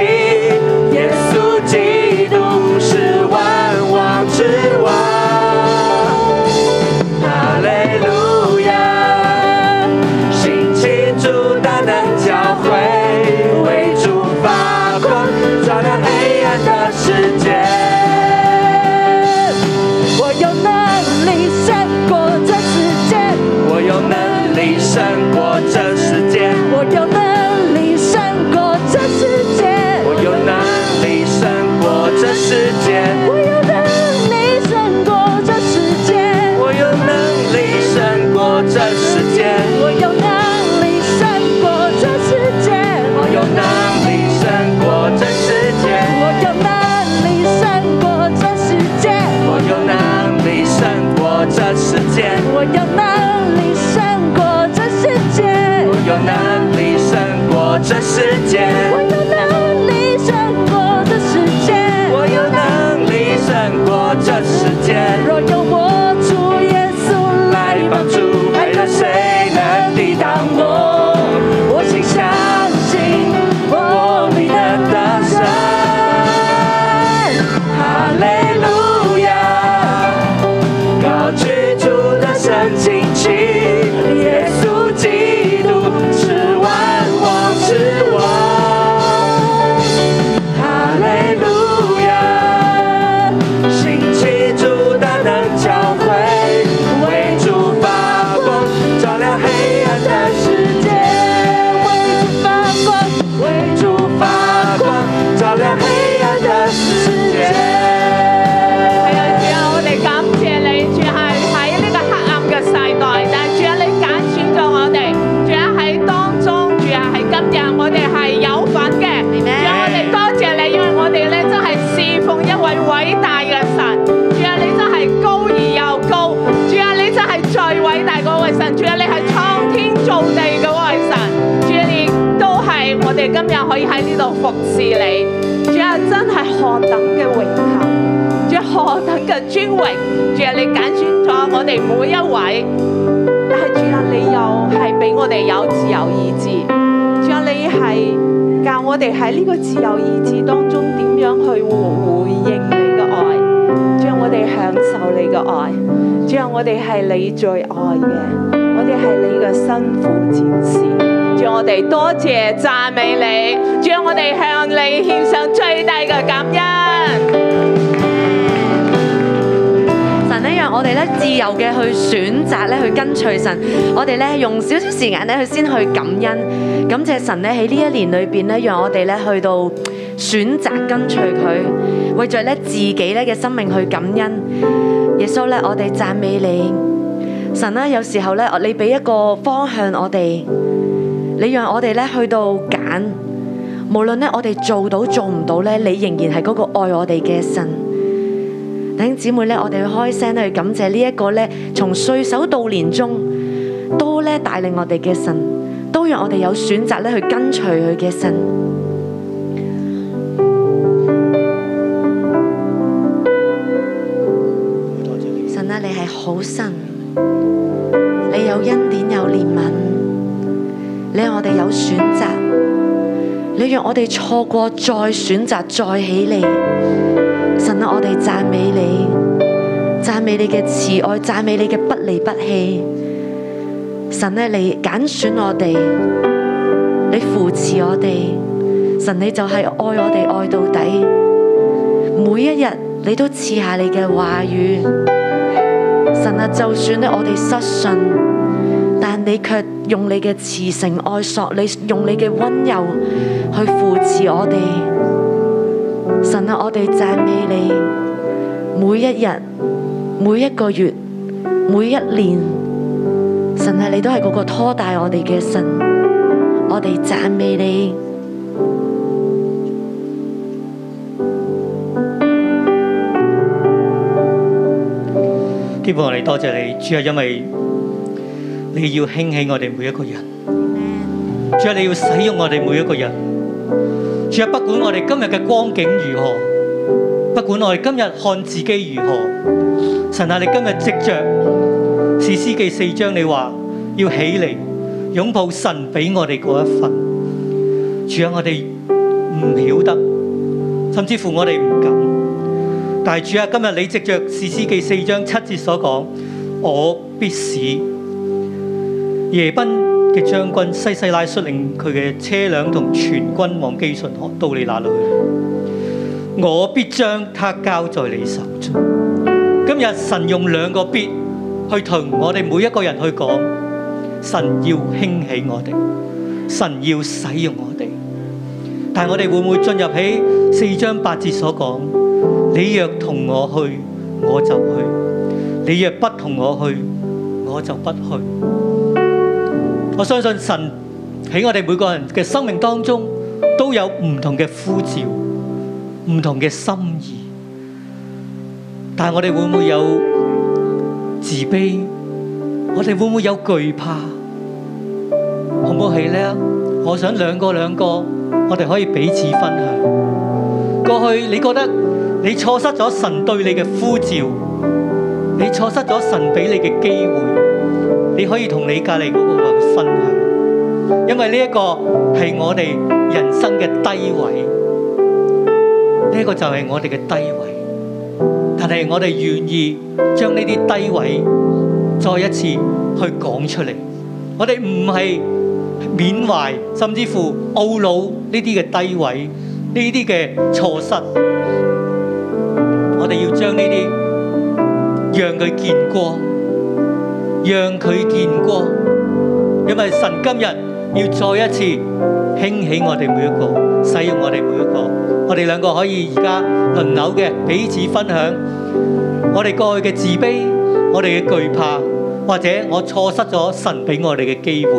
D: 耶稣基督是万王之王。哈利路亚，兴起主大能教会，为主发光，照亮黑暗的世界。我有能力胜过这世界，我有能力胜过这世界，我有能力胜过这世界，我有能力胜过这世界，我有能力胜过这世界，我有能力胜过这世界，我有能力胜过这世界，我有能力胜过这世界，我有能力胜过这世界，我有能力胜过这世界，我有能力胜过这世界，我有能力胜过这世界，我有能力胜过这世界，我有能力胜过这世界。若有我主耶稣来帮助，还有谁能抵挡我？我请相信我必能得胜。哈利路亚。高举主的圣经旗，耶稣基督是万王之王。哈利路亚，兴起主大能教会，为主发光，照亮黑暗的世界。为主发光，为主发光，照亮黑暗的世界。
E: 係啊，主啊，我哋感謝你，主啊係喺呢個黑暗嘅世代，但係主啊，你揀選咗我哋，主啊喺當中，主啊係今日我哋係有份嘅，主啊，我哋多謝你，因為我哋咧真係侍奉一位偉大嘅神，主啊，你真係高而又高，主啊，你真係最偉大嗰位神，主啊，你係創天造地嘅位神，主啊，你都係我哋今日可以喺呢度服侍你，主啊，真係何等嘅榮幸！主啊何等嘅尊榮，主啊，你揀選咗我哋每一位，但係主啊，你又係俾我哋有自由意志，主啊，你係教我哋喺呢個自由意志當中點樣去回回應你嘅愛，主啊，我哋享受你嘅愛，主啊，我哋係你最愛嘅，我哋係你嘅辛苦戰士。主啊我哋多謝讚美你，主啊，我哋向你獻上最低嘅感恩。
F: 神咧讓我哋咧自由嘅去選擇咧去跟隨神，我哋咧用少少時間咧去先去感恩，感謝神咧喺呢一年裏邊咧，讓我哋咧去到選擇跟隨佢，為著咧自己咧嘅生命去感恩。耶穌咧，我哋讚美你，神咧有時候咧，你俾一個方向我哋，你讓我哋咧去到揀，無論咧我哋做到做唔到咧，你仍然係嗰個愛我哋嘅神。弟兄姊妹咧，我哋要開聲去感謝呢一個咧，從歲首到年終都咧帶領我哋嘅神，都讓我哋有選擇咧去跟隨佢嘅神。神啊，你係好神，你有有恩典有憐憫，你讓我哋有選擇，你讓我哋錯過再選擇再起嚟。神啊，我哋讚美你，讚美你嘅慈愛，讚美你嘅不離不棄。神咧，你揀選我哋，你扶持我哋，神你就係愛我哋愛到底。每一日你都賜下你嘅話語。神啊，就算咧我哋失信，但你卻用你嘅慈繩愛索，你用你嘅温柔去扶持我哋。神啊，我哋讚美你，每一日、每一個月、每一年，神啊，你都係嗰個拖帶我哋嘅神，我哋讚美你。
G: 天父，我哋多謝你，主啊，因為你要興起我哋每一個人，主啊，你要使用我哋每一個人，主啊，不管我哋今日嘅光景如何，不管我哋今日看自己如何，神啊，你今日藉着士師記四章，你話要起嚟擁抱神俾我哋嗰一份，主啊，我哋唔曉得，甚至乎我哋唔敢。但係主啊，今日你藉着《士師記》四章七節所講，我必使耶賓嘅將軍西西拉率領佢嘅車輛同全軍往基順河到你那裏去，我必將他交在你手中。今日神用兩個必去同我哋每一個人去講，神要興起我哋，神要使用我哋。但係我哋會唔會進入喺四章八節所講？你若同我去，我就去；你若不同我去，我就不去。我相信神喺我哋每個人嘅生命當中都有唔同嘅呼召，唔同嘅心意。但係我哋會唔會有自卑？我哋會唔會有懼怕？好唔好係呢？我想兩個兩個，我哋可以彼此分享。過去你覺得你錯失咗神對你嘅呼召，你錯失咗神俾你嘅機會，你可以同你隔離嗰個人分享，因為呢一個係我哋人生嘅低位，呢、一個就係我哋嘅低位。但係我哋願意將呢啲低位再一次去講出嚟，我哋唔係緬懷，甚至乎懊惱呢啲嘅低位，呢啲嘅錯失。我哋要將呢啲讓佢見光，讓佢見光，因為神今日要再一次興起我哋每一個，使用我哋每一個。我哋兩個可以而家輪流嘅彼此分享我哋過去嘅自卑，我哋嘅懼怕，或者我錯失咗神俾我哋嘅機會。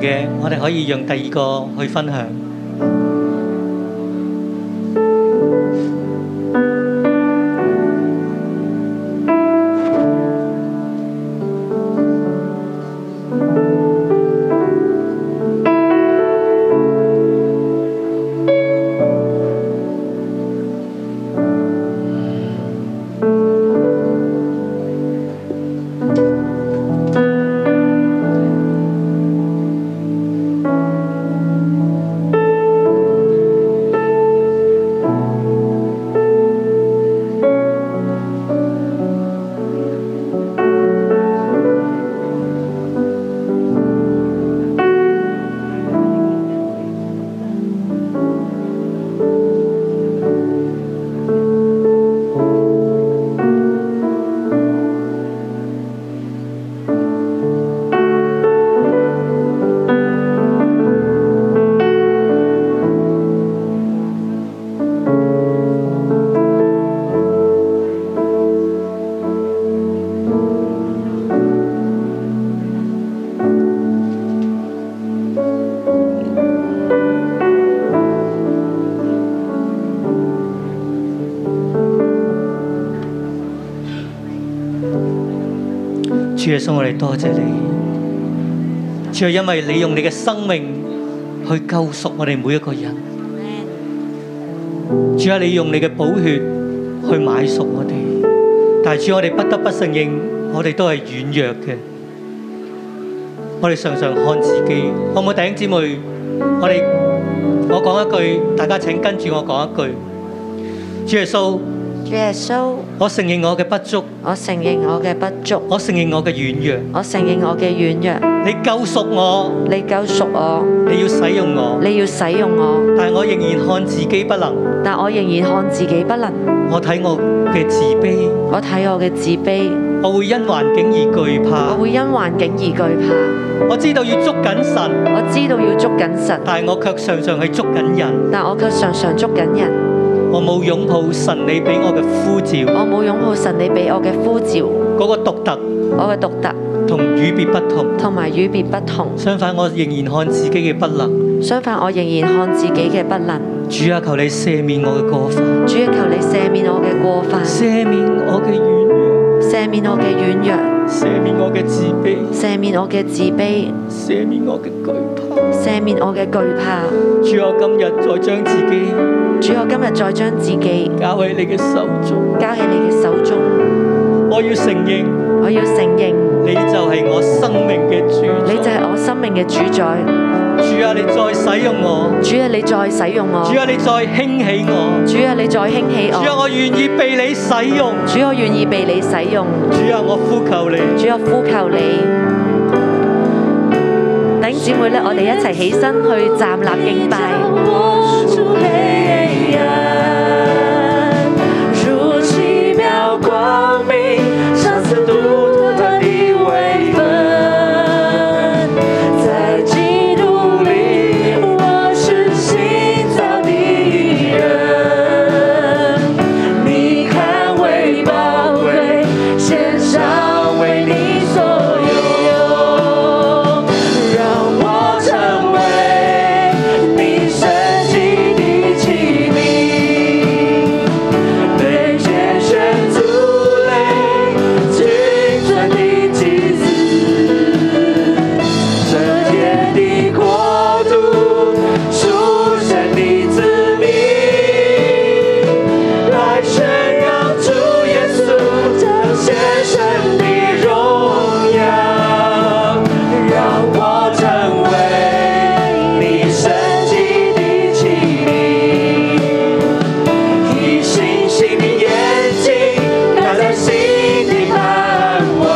G: 嘅，我哋可以讓第二個去分享。主耶穌，我哋多謝你。主啊，因為你用你嘅生命去救贖我哋每一個人。主啊，你用你嘅寶血去買贖我哋。但係主，我哋不得不承認，我哋都係軟弱嘅。我哋常常看自己，好唔好？弟兄姊妹，我哋我講一句，大家請跟住我講一句。主耶穌，
F: 主耶穌，
G: 我承認我嘅不足，
F: 我承認我嘅不足，
G: 我承認我嘅軟弱。
F: 我承認我嘅軟弱，
G: 你救贖我。
F: 你救贖我，
G: 你要使用我，
F: 你要使用我，
G: 但我仍然看自己不能，
F: 但我仍然看自己不能，
G: 我睇我嘅自卑，
F: 我睇我嘅自卑，
G: 我會因環境而懼
F: 我
G: 怕。
F: 會因環境而懼
G: 我知道要捉緊神，
F: 怕，我知道要捉緊神，
G: 但我卻常常係捉緊人。
F: 但我卻常常捉緊人，
G: 我冇擁抱神你俾我嘅呼召，
F: 我冇擁抱神你俾我嘅呼召，
G: 嗰、個獨特
F: 我嘅獨特
G: 同與別不同。
F: 同埋與別不同。
G: 相反，我仍然看自己嘅不能。
F: 相反，我仍然看自己嘅不能。
G: 主啊，求你赦免我嘅過犯，
F: 主啊，求你赦免我嘅過犯，
G: 赦免我嘅軟弱，
F: 赦免我嘅軟弱，
G: 赦免我嘅自卑，
F: 赦免我嘅自卑，
G: 赦免我嘅懼怕。
F: 赦免我嘅懼怕。
G: 主啊，我今日再將自己
F: 主，我今日再將自己
G: 交喺你嘅手中。
F: 交喺你嘅手中，
G: 我要承認，
F: 我要承認
G: 你就係我生命嘅主宰。
F: 你就係我生命嘅主宰。
G: 主啊，你再使用我，
F: 主啊，你再使用我，
G: 主啊，你再興起我，
F: 主啊，你再興起
G: 主啊，
F: 我，
G: 我願意被你使用。
F: 主，我願意被你使用。
G: 主啊，我呼求你，
F: 主啊，呼求你。弟兄姊妹咧，我哋一齊起身去站立敬拜。
D: 如奇妙光明，上次独特的微分，在基督里，我是新造的人。你看为宝贵，献上为你所有，让我成为你神迹的器皿。被拣选族类，青春的祭司，圣洁的国度，属神的子民，来宣扬主耶稣彰显神的荣耀，让我成为你神迹的器皿。以星星的眼睛看到新的盼望，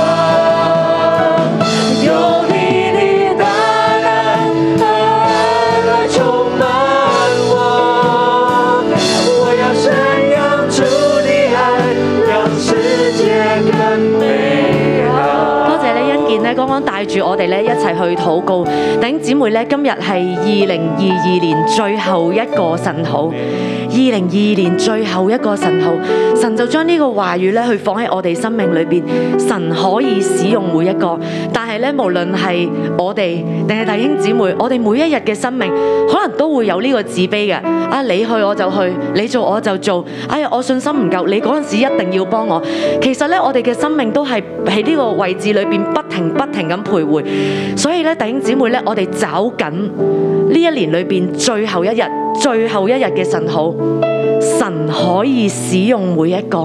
D: 用你的大能和爱来充满我。我要宣扬主的爱，让世界更美好。
F: 多謝咧，恩健咧，剛剛帶住我哋咧一齊去禱告。弟兄姊妹咧，今日係二零二二年最後一個神號，二零二二年最後一個神號，神就將呢個話語咧去放喺我哋生命裏邊，神可以使用每一個，但係係咧，無論係我哋定係弟兄姊妹，我哋每一日嘅生命，可能都會有呢個自卑嘅。啊，你去我就去，你做我就做。哎呀，我信心唔夠，你嗰陣時一定要幫我。其實咧，我哋嘅生命都係喺呢個位置裏邊不停不停咁徘徊。所以咧，弟兄姊妹咧，我哋找緊呢一年裏邊最後一日、最後一日嘅神好。神可以使用每一個，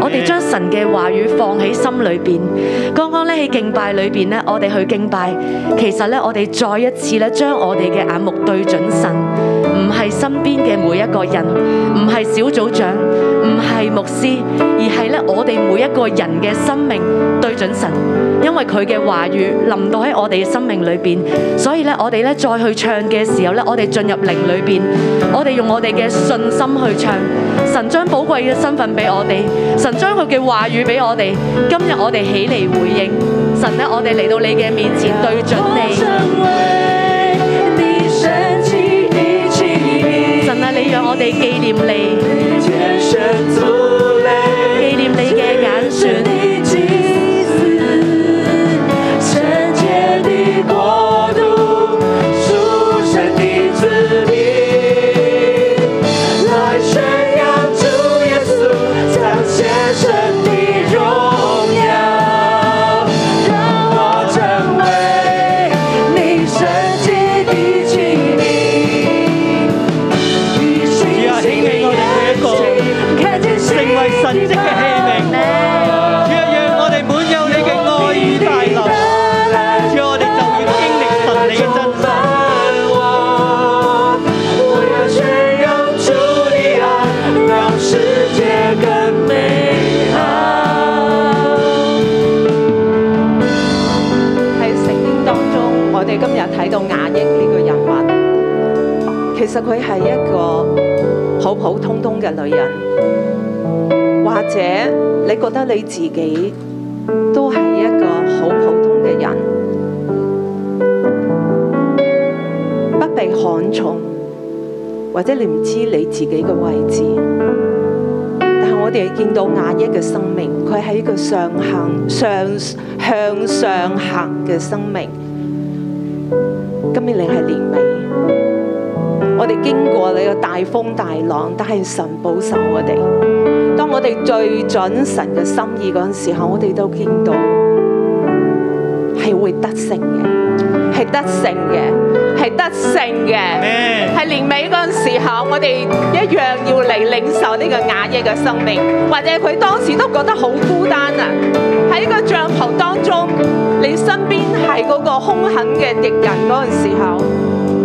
F: 我哋將神嘅話語放喺心裏邊。剛剛咧喺敬拜裏邊咧，我哋去敬拜，其實咧我哋再一次咧將我哋嘅眼目對準神，唔係身邊嘅每一個人，唔係小組長，唔係牧師，而係咧我哋每一個人嘅生命對準神，因為佢嘅話語臨到喺我哋嘅生命裏邊，所以咧我哋咧再去唱嘅時候咧，我哋進入靈裏邊，我哋用我哋嘅信心去唱，神將寶貴嘅身份俾我哋，神將佢嘅話語俾我哋，今日我哋起嚟回應神咧，我哋嚟到你嘅面前對準你。神啊，你讓我哋紀念你，紀念你嘅眼選。
G: 主啊，兴起我哋每一個成為神迹嘅器皿。主啊，讓我哋滿有你嘅愛與大能。主啊，我哋就要經歷神你嘅真實。
E: 喺聖經當中，我哋今日睇到雅億呢個人物，其實佢係一個普普通通嘅女人，或者你覺得你自己都係一個好普通嘅人，不被看重，或者你唔知你自己嘅位置。但係我哋見到雅億嘅生命，佢係一個上行上向上行嘅生命。今年你係年尾，我哋經過你嘅大風大浪，但係神保守我哋。當我哋最準神嘅心意嗰陣時候，我哋都見到係會得勝嘅，係得勝嘅，係得勝嘅。
G: Amen
E: 係年尾嗰陣時候，我哋一樣要嚟領受呢個雅億嘅生命，或者佢當時都覺得好孤單啊！喺個帳篷當中，你身邊係嗰個兇狠嘅敵人嗰陣時候，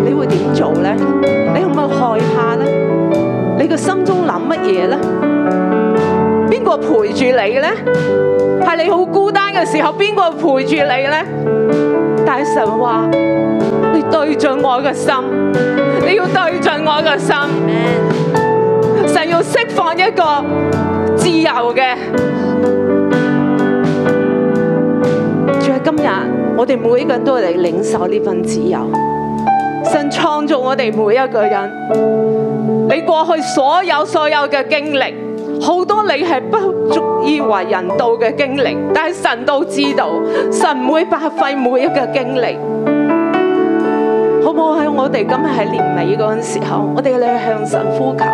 E: 你會點做呢？你會唔會害怕呢？你個心中諗乜嘢呢？邊個陪住你呢？係你好孤單嘅時候，邊個陪住你呢？大神話：你對準我嘅心，你要對準我嘅心。神要釋放一個自由嘅。仲啊喺今日，我哋每一個人都嚟領受呢份自由。神創造我哋每一個人。你過去所有所有嘅經歷，好多你係不足以為人道嘅經歷，但係神都知道，神唔會白費每一個經歷。好唔好喺我哋今日喺年尾嗰陣時候，我哋嚟向神呼求，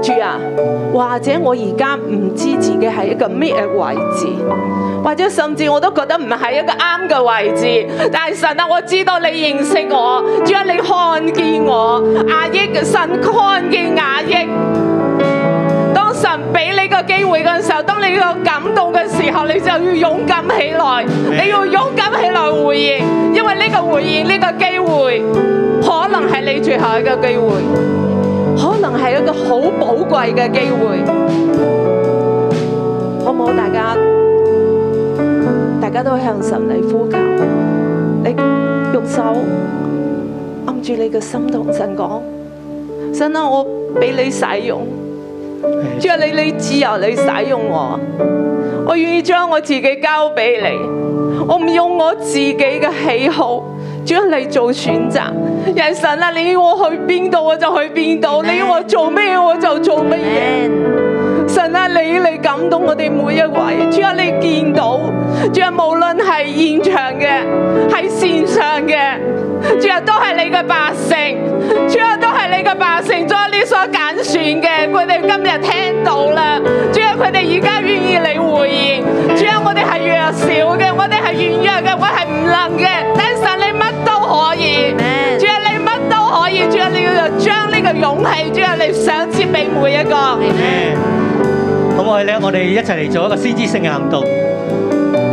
E: 主啊，或者我而家唔知自己係一個咩嘅位置，或者甚至我都覺得唔係一個啱嘅位置，但係神啊，我知道你認識我，主啊，你看見我，雅億嘅神看見雅億。當神俾你個機會嘅時候，當你個感動嘅時候，你就要勇敢起來，你要勇敢起來回應，因為呢個回應呢、個機會，可能係你最後一個機會，可能係一個好寶貴嘅機會，好唔好？大家，大家都向神嚟呼求，你用手揞住你嘅心同神講，神啊，我俾你使用。主啊，你你自由你使用我，我願意將我自己交俾你，我唔用我自己嘅喜好，主啊，你做選擇。人神啊，你要我去邊度我就去邊度，你要我做咩我就做乜嘢。神啊，你你感動我哋每一位。主啊，你見到，主啊，無論係現場嘅，喺線上嘅，主啊，都係你嘅百姓，主啊，都係你嘅百姓。主啊，你所揀選嘅，佢哋今日聽到啦。主啊，佢哋而家願意你回應。主啊，我哋係弱小嘅，我哋係軟弱嘅，我係唔能嘅。但神你乜都可以。
F: Amen
E: 主啊，你乜都可以。主啊，你要將呢個勇氣，主啊，你賞賜俾每一個。
G: 咁我哋咧，我哋一齊嚟做一個先知性嘅行動。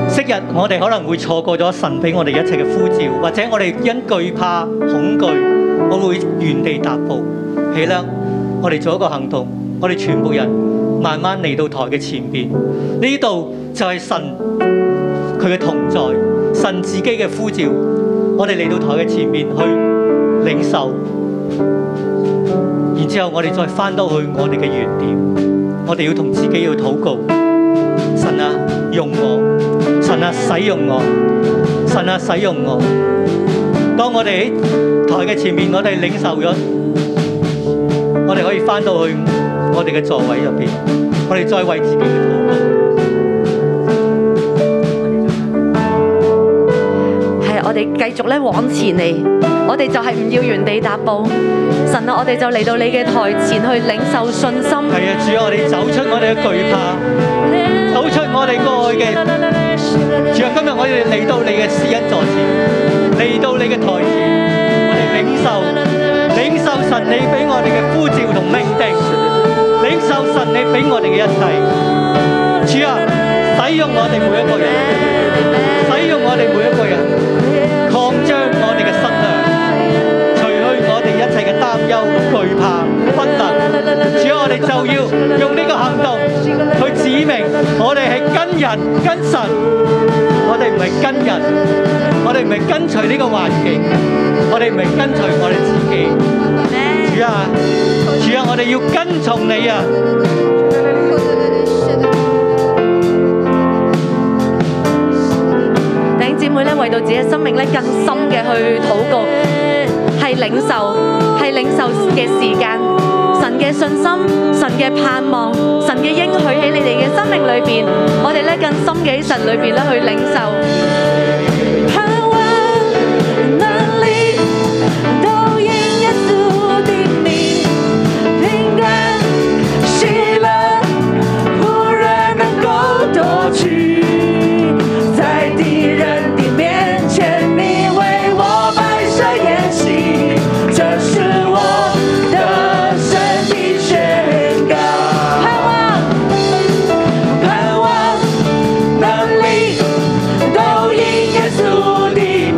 G: 昔日我哋可能會錯過咗神俾我哋一切嘅呼召，或者我哋因懼怕、恐懼，我會原地踏步。起啦，我哋做一個行動，我哋全部人慢慢嚟到台嘅前邊，呢度就係神佢嘅同在，神自己嘅呼召，我哋嚟到台嘅前面去領受，然之後我哋再翻到去我哋嘅原點。我哋要同自己要禱告，神啊，用我，神啊，使用我，神啊，使用我。當我哋喺台嘅前面，我哋領受咗，我哋可以翻到去我哋嘅座位入邊，我哋再為自己去禱告。
F: 係我哋繼續咧往前嚟，我哋就係唔要原地踏步。神啊，我哋就嚟到你嘅台前去領受信心。
G: 係啊，主啊，我哋走出我哋嘅懼怕，走出我哋個愛嘅。主啊，今日我哋嚟到你嘅施恩座前，嚟到你嘅台前，我哋領受領受神你俾我哋嘅呼召同命定，領受神你俾我哋嘅一切。主啊，使用我哋每一個人，使用我哋每一個人，擴張我哋嘅身量。除去我哋一切嘅擔憂、懼怕、不能。主啊，我哋就要用呢個行動去指明，我哋係跟人、跟神，我哋唔係跟人，我哋唔係跟隨呢個環境，我哋唔係跟隨我哋自己。主啊，主啊，我哋要跟從你啊！
F: 弟兄姊妹咧，為到自己嘅生命咧更深嘅去禱告，係領受，係領受嘅時間，神嘅信心，神嘅盼望，神嘅應許喺你哋嘅生命裏邊，我哋咧更深嘅喺神裏邊咧去領受。
D: 在敌人的面前，你为我摆设筵席，这是我的身体宣告。盼望，盼望，能力都因耶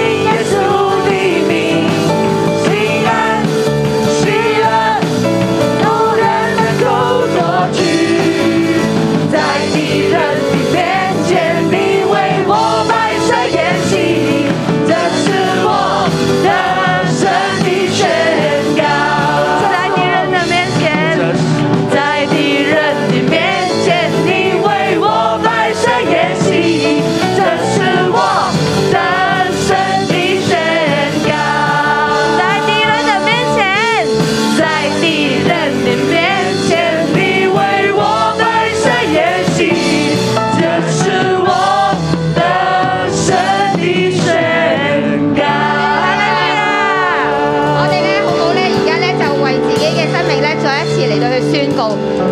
D: 啊
H: 我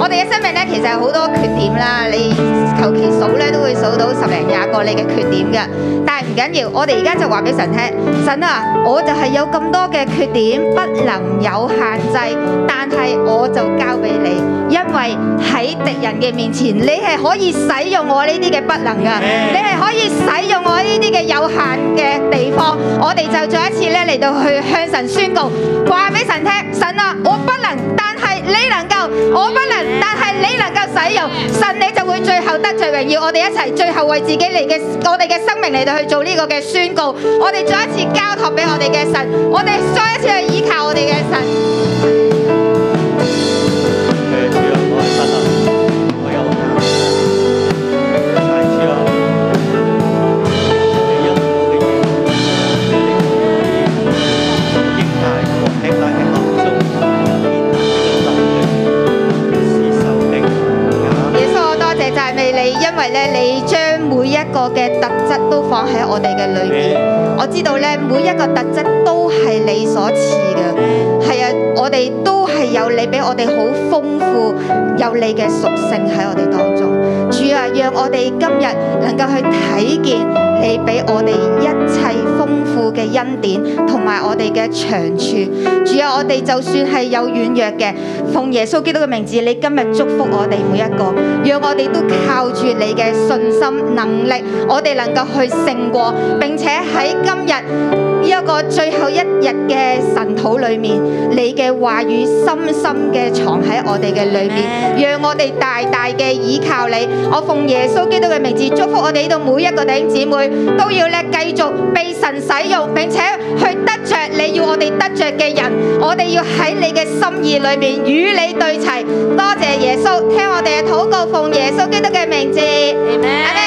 H: 哋嘅生命咧，其實有好多缺點啦。你求其數咧，都會數到十零廿個你嘅缺點嘅。但係唔緊要，我哋而家就話俾神聽，神啊，我就係有咁多嘅缺點，不能有限制，但係我就交俾你，因為喺敵人嘅面前，你係可以使用我呢啲嘅不能噶，你係可以使用我呢啲嘅有限嘅地方。我哋就再一次咧嚟到去向神宣告，話俾神聽，神啊，我不能，但係你能夠，我不能，但係你能夠使用，神你就會最後得最榮耀。我哋一齊最後為自己嚟嘅，我哋嘅生命嚟到去做呢個嘅宣告。我哋再一次交託俾我哋嘅神，我哋再一次去依靠我哋嘅神。
G: 主啊，我係神啊，我有限，但主啊，你因我嘅緣故，你令我可以經大過喺大嘅口中，顯大嘅能力，是受力也。
H: 耶穌，我多謝讚美你，因為咧你將每一個嘅特質都放喺我哋嘅裏面。我知道咧每一個特質都係你所賜嘅，係啊，我哋都係有你俾我哋好豐富，有你嘅屬性喺我哋當中。主啊，讓我哋今日能夠去睇見你俾我哋一切豐富嘅恩典，同埋我哋嘅長處。主啊，我哋就算係有軟弱嘅，奉耶穌基督嘅名字，你今日祝福我哋每一個，讓我哋都靠住你嘅信心能力，我哋能夠去勝過，並且喺今日。呢一個最後一日嘅神土裏面，你嘅話語深深嘅藏喺我哋嘅裏面，讓我哋大大嘅倚靠你。我奉耶穌基督嘅名字祝福我哋呢度每一個弟兄姊妹，都要咧繼續被神使用，並且去得着你要我哋得着嘅人。我哋要喺你嘅心意裏面與你對齊。多謝耶穌，聽我哋嘅禱告，奉耶穌基督嘅名字，阿們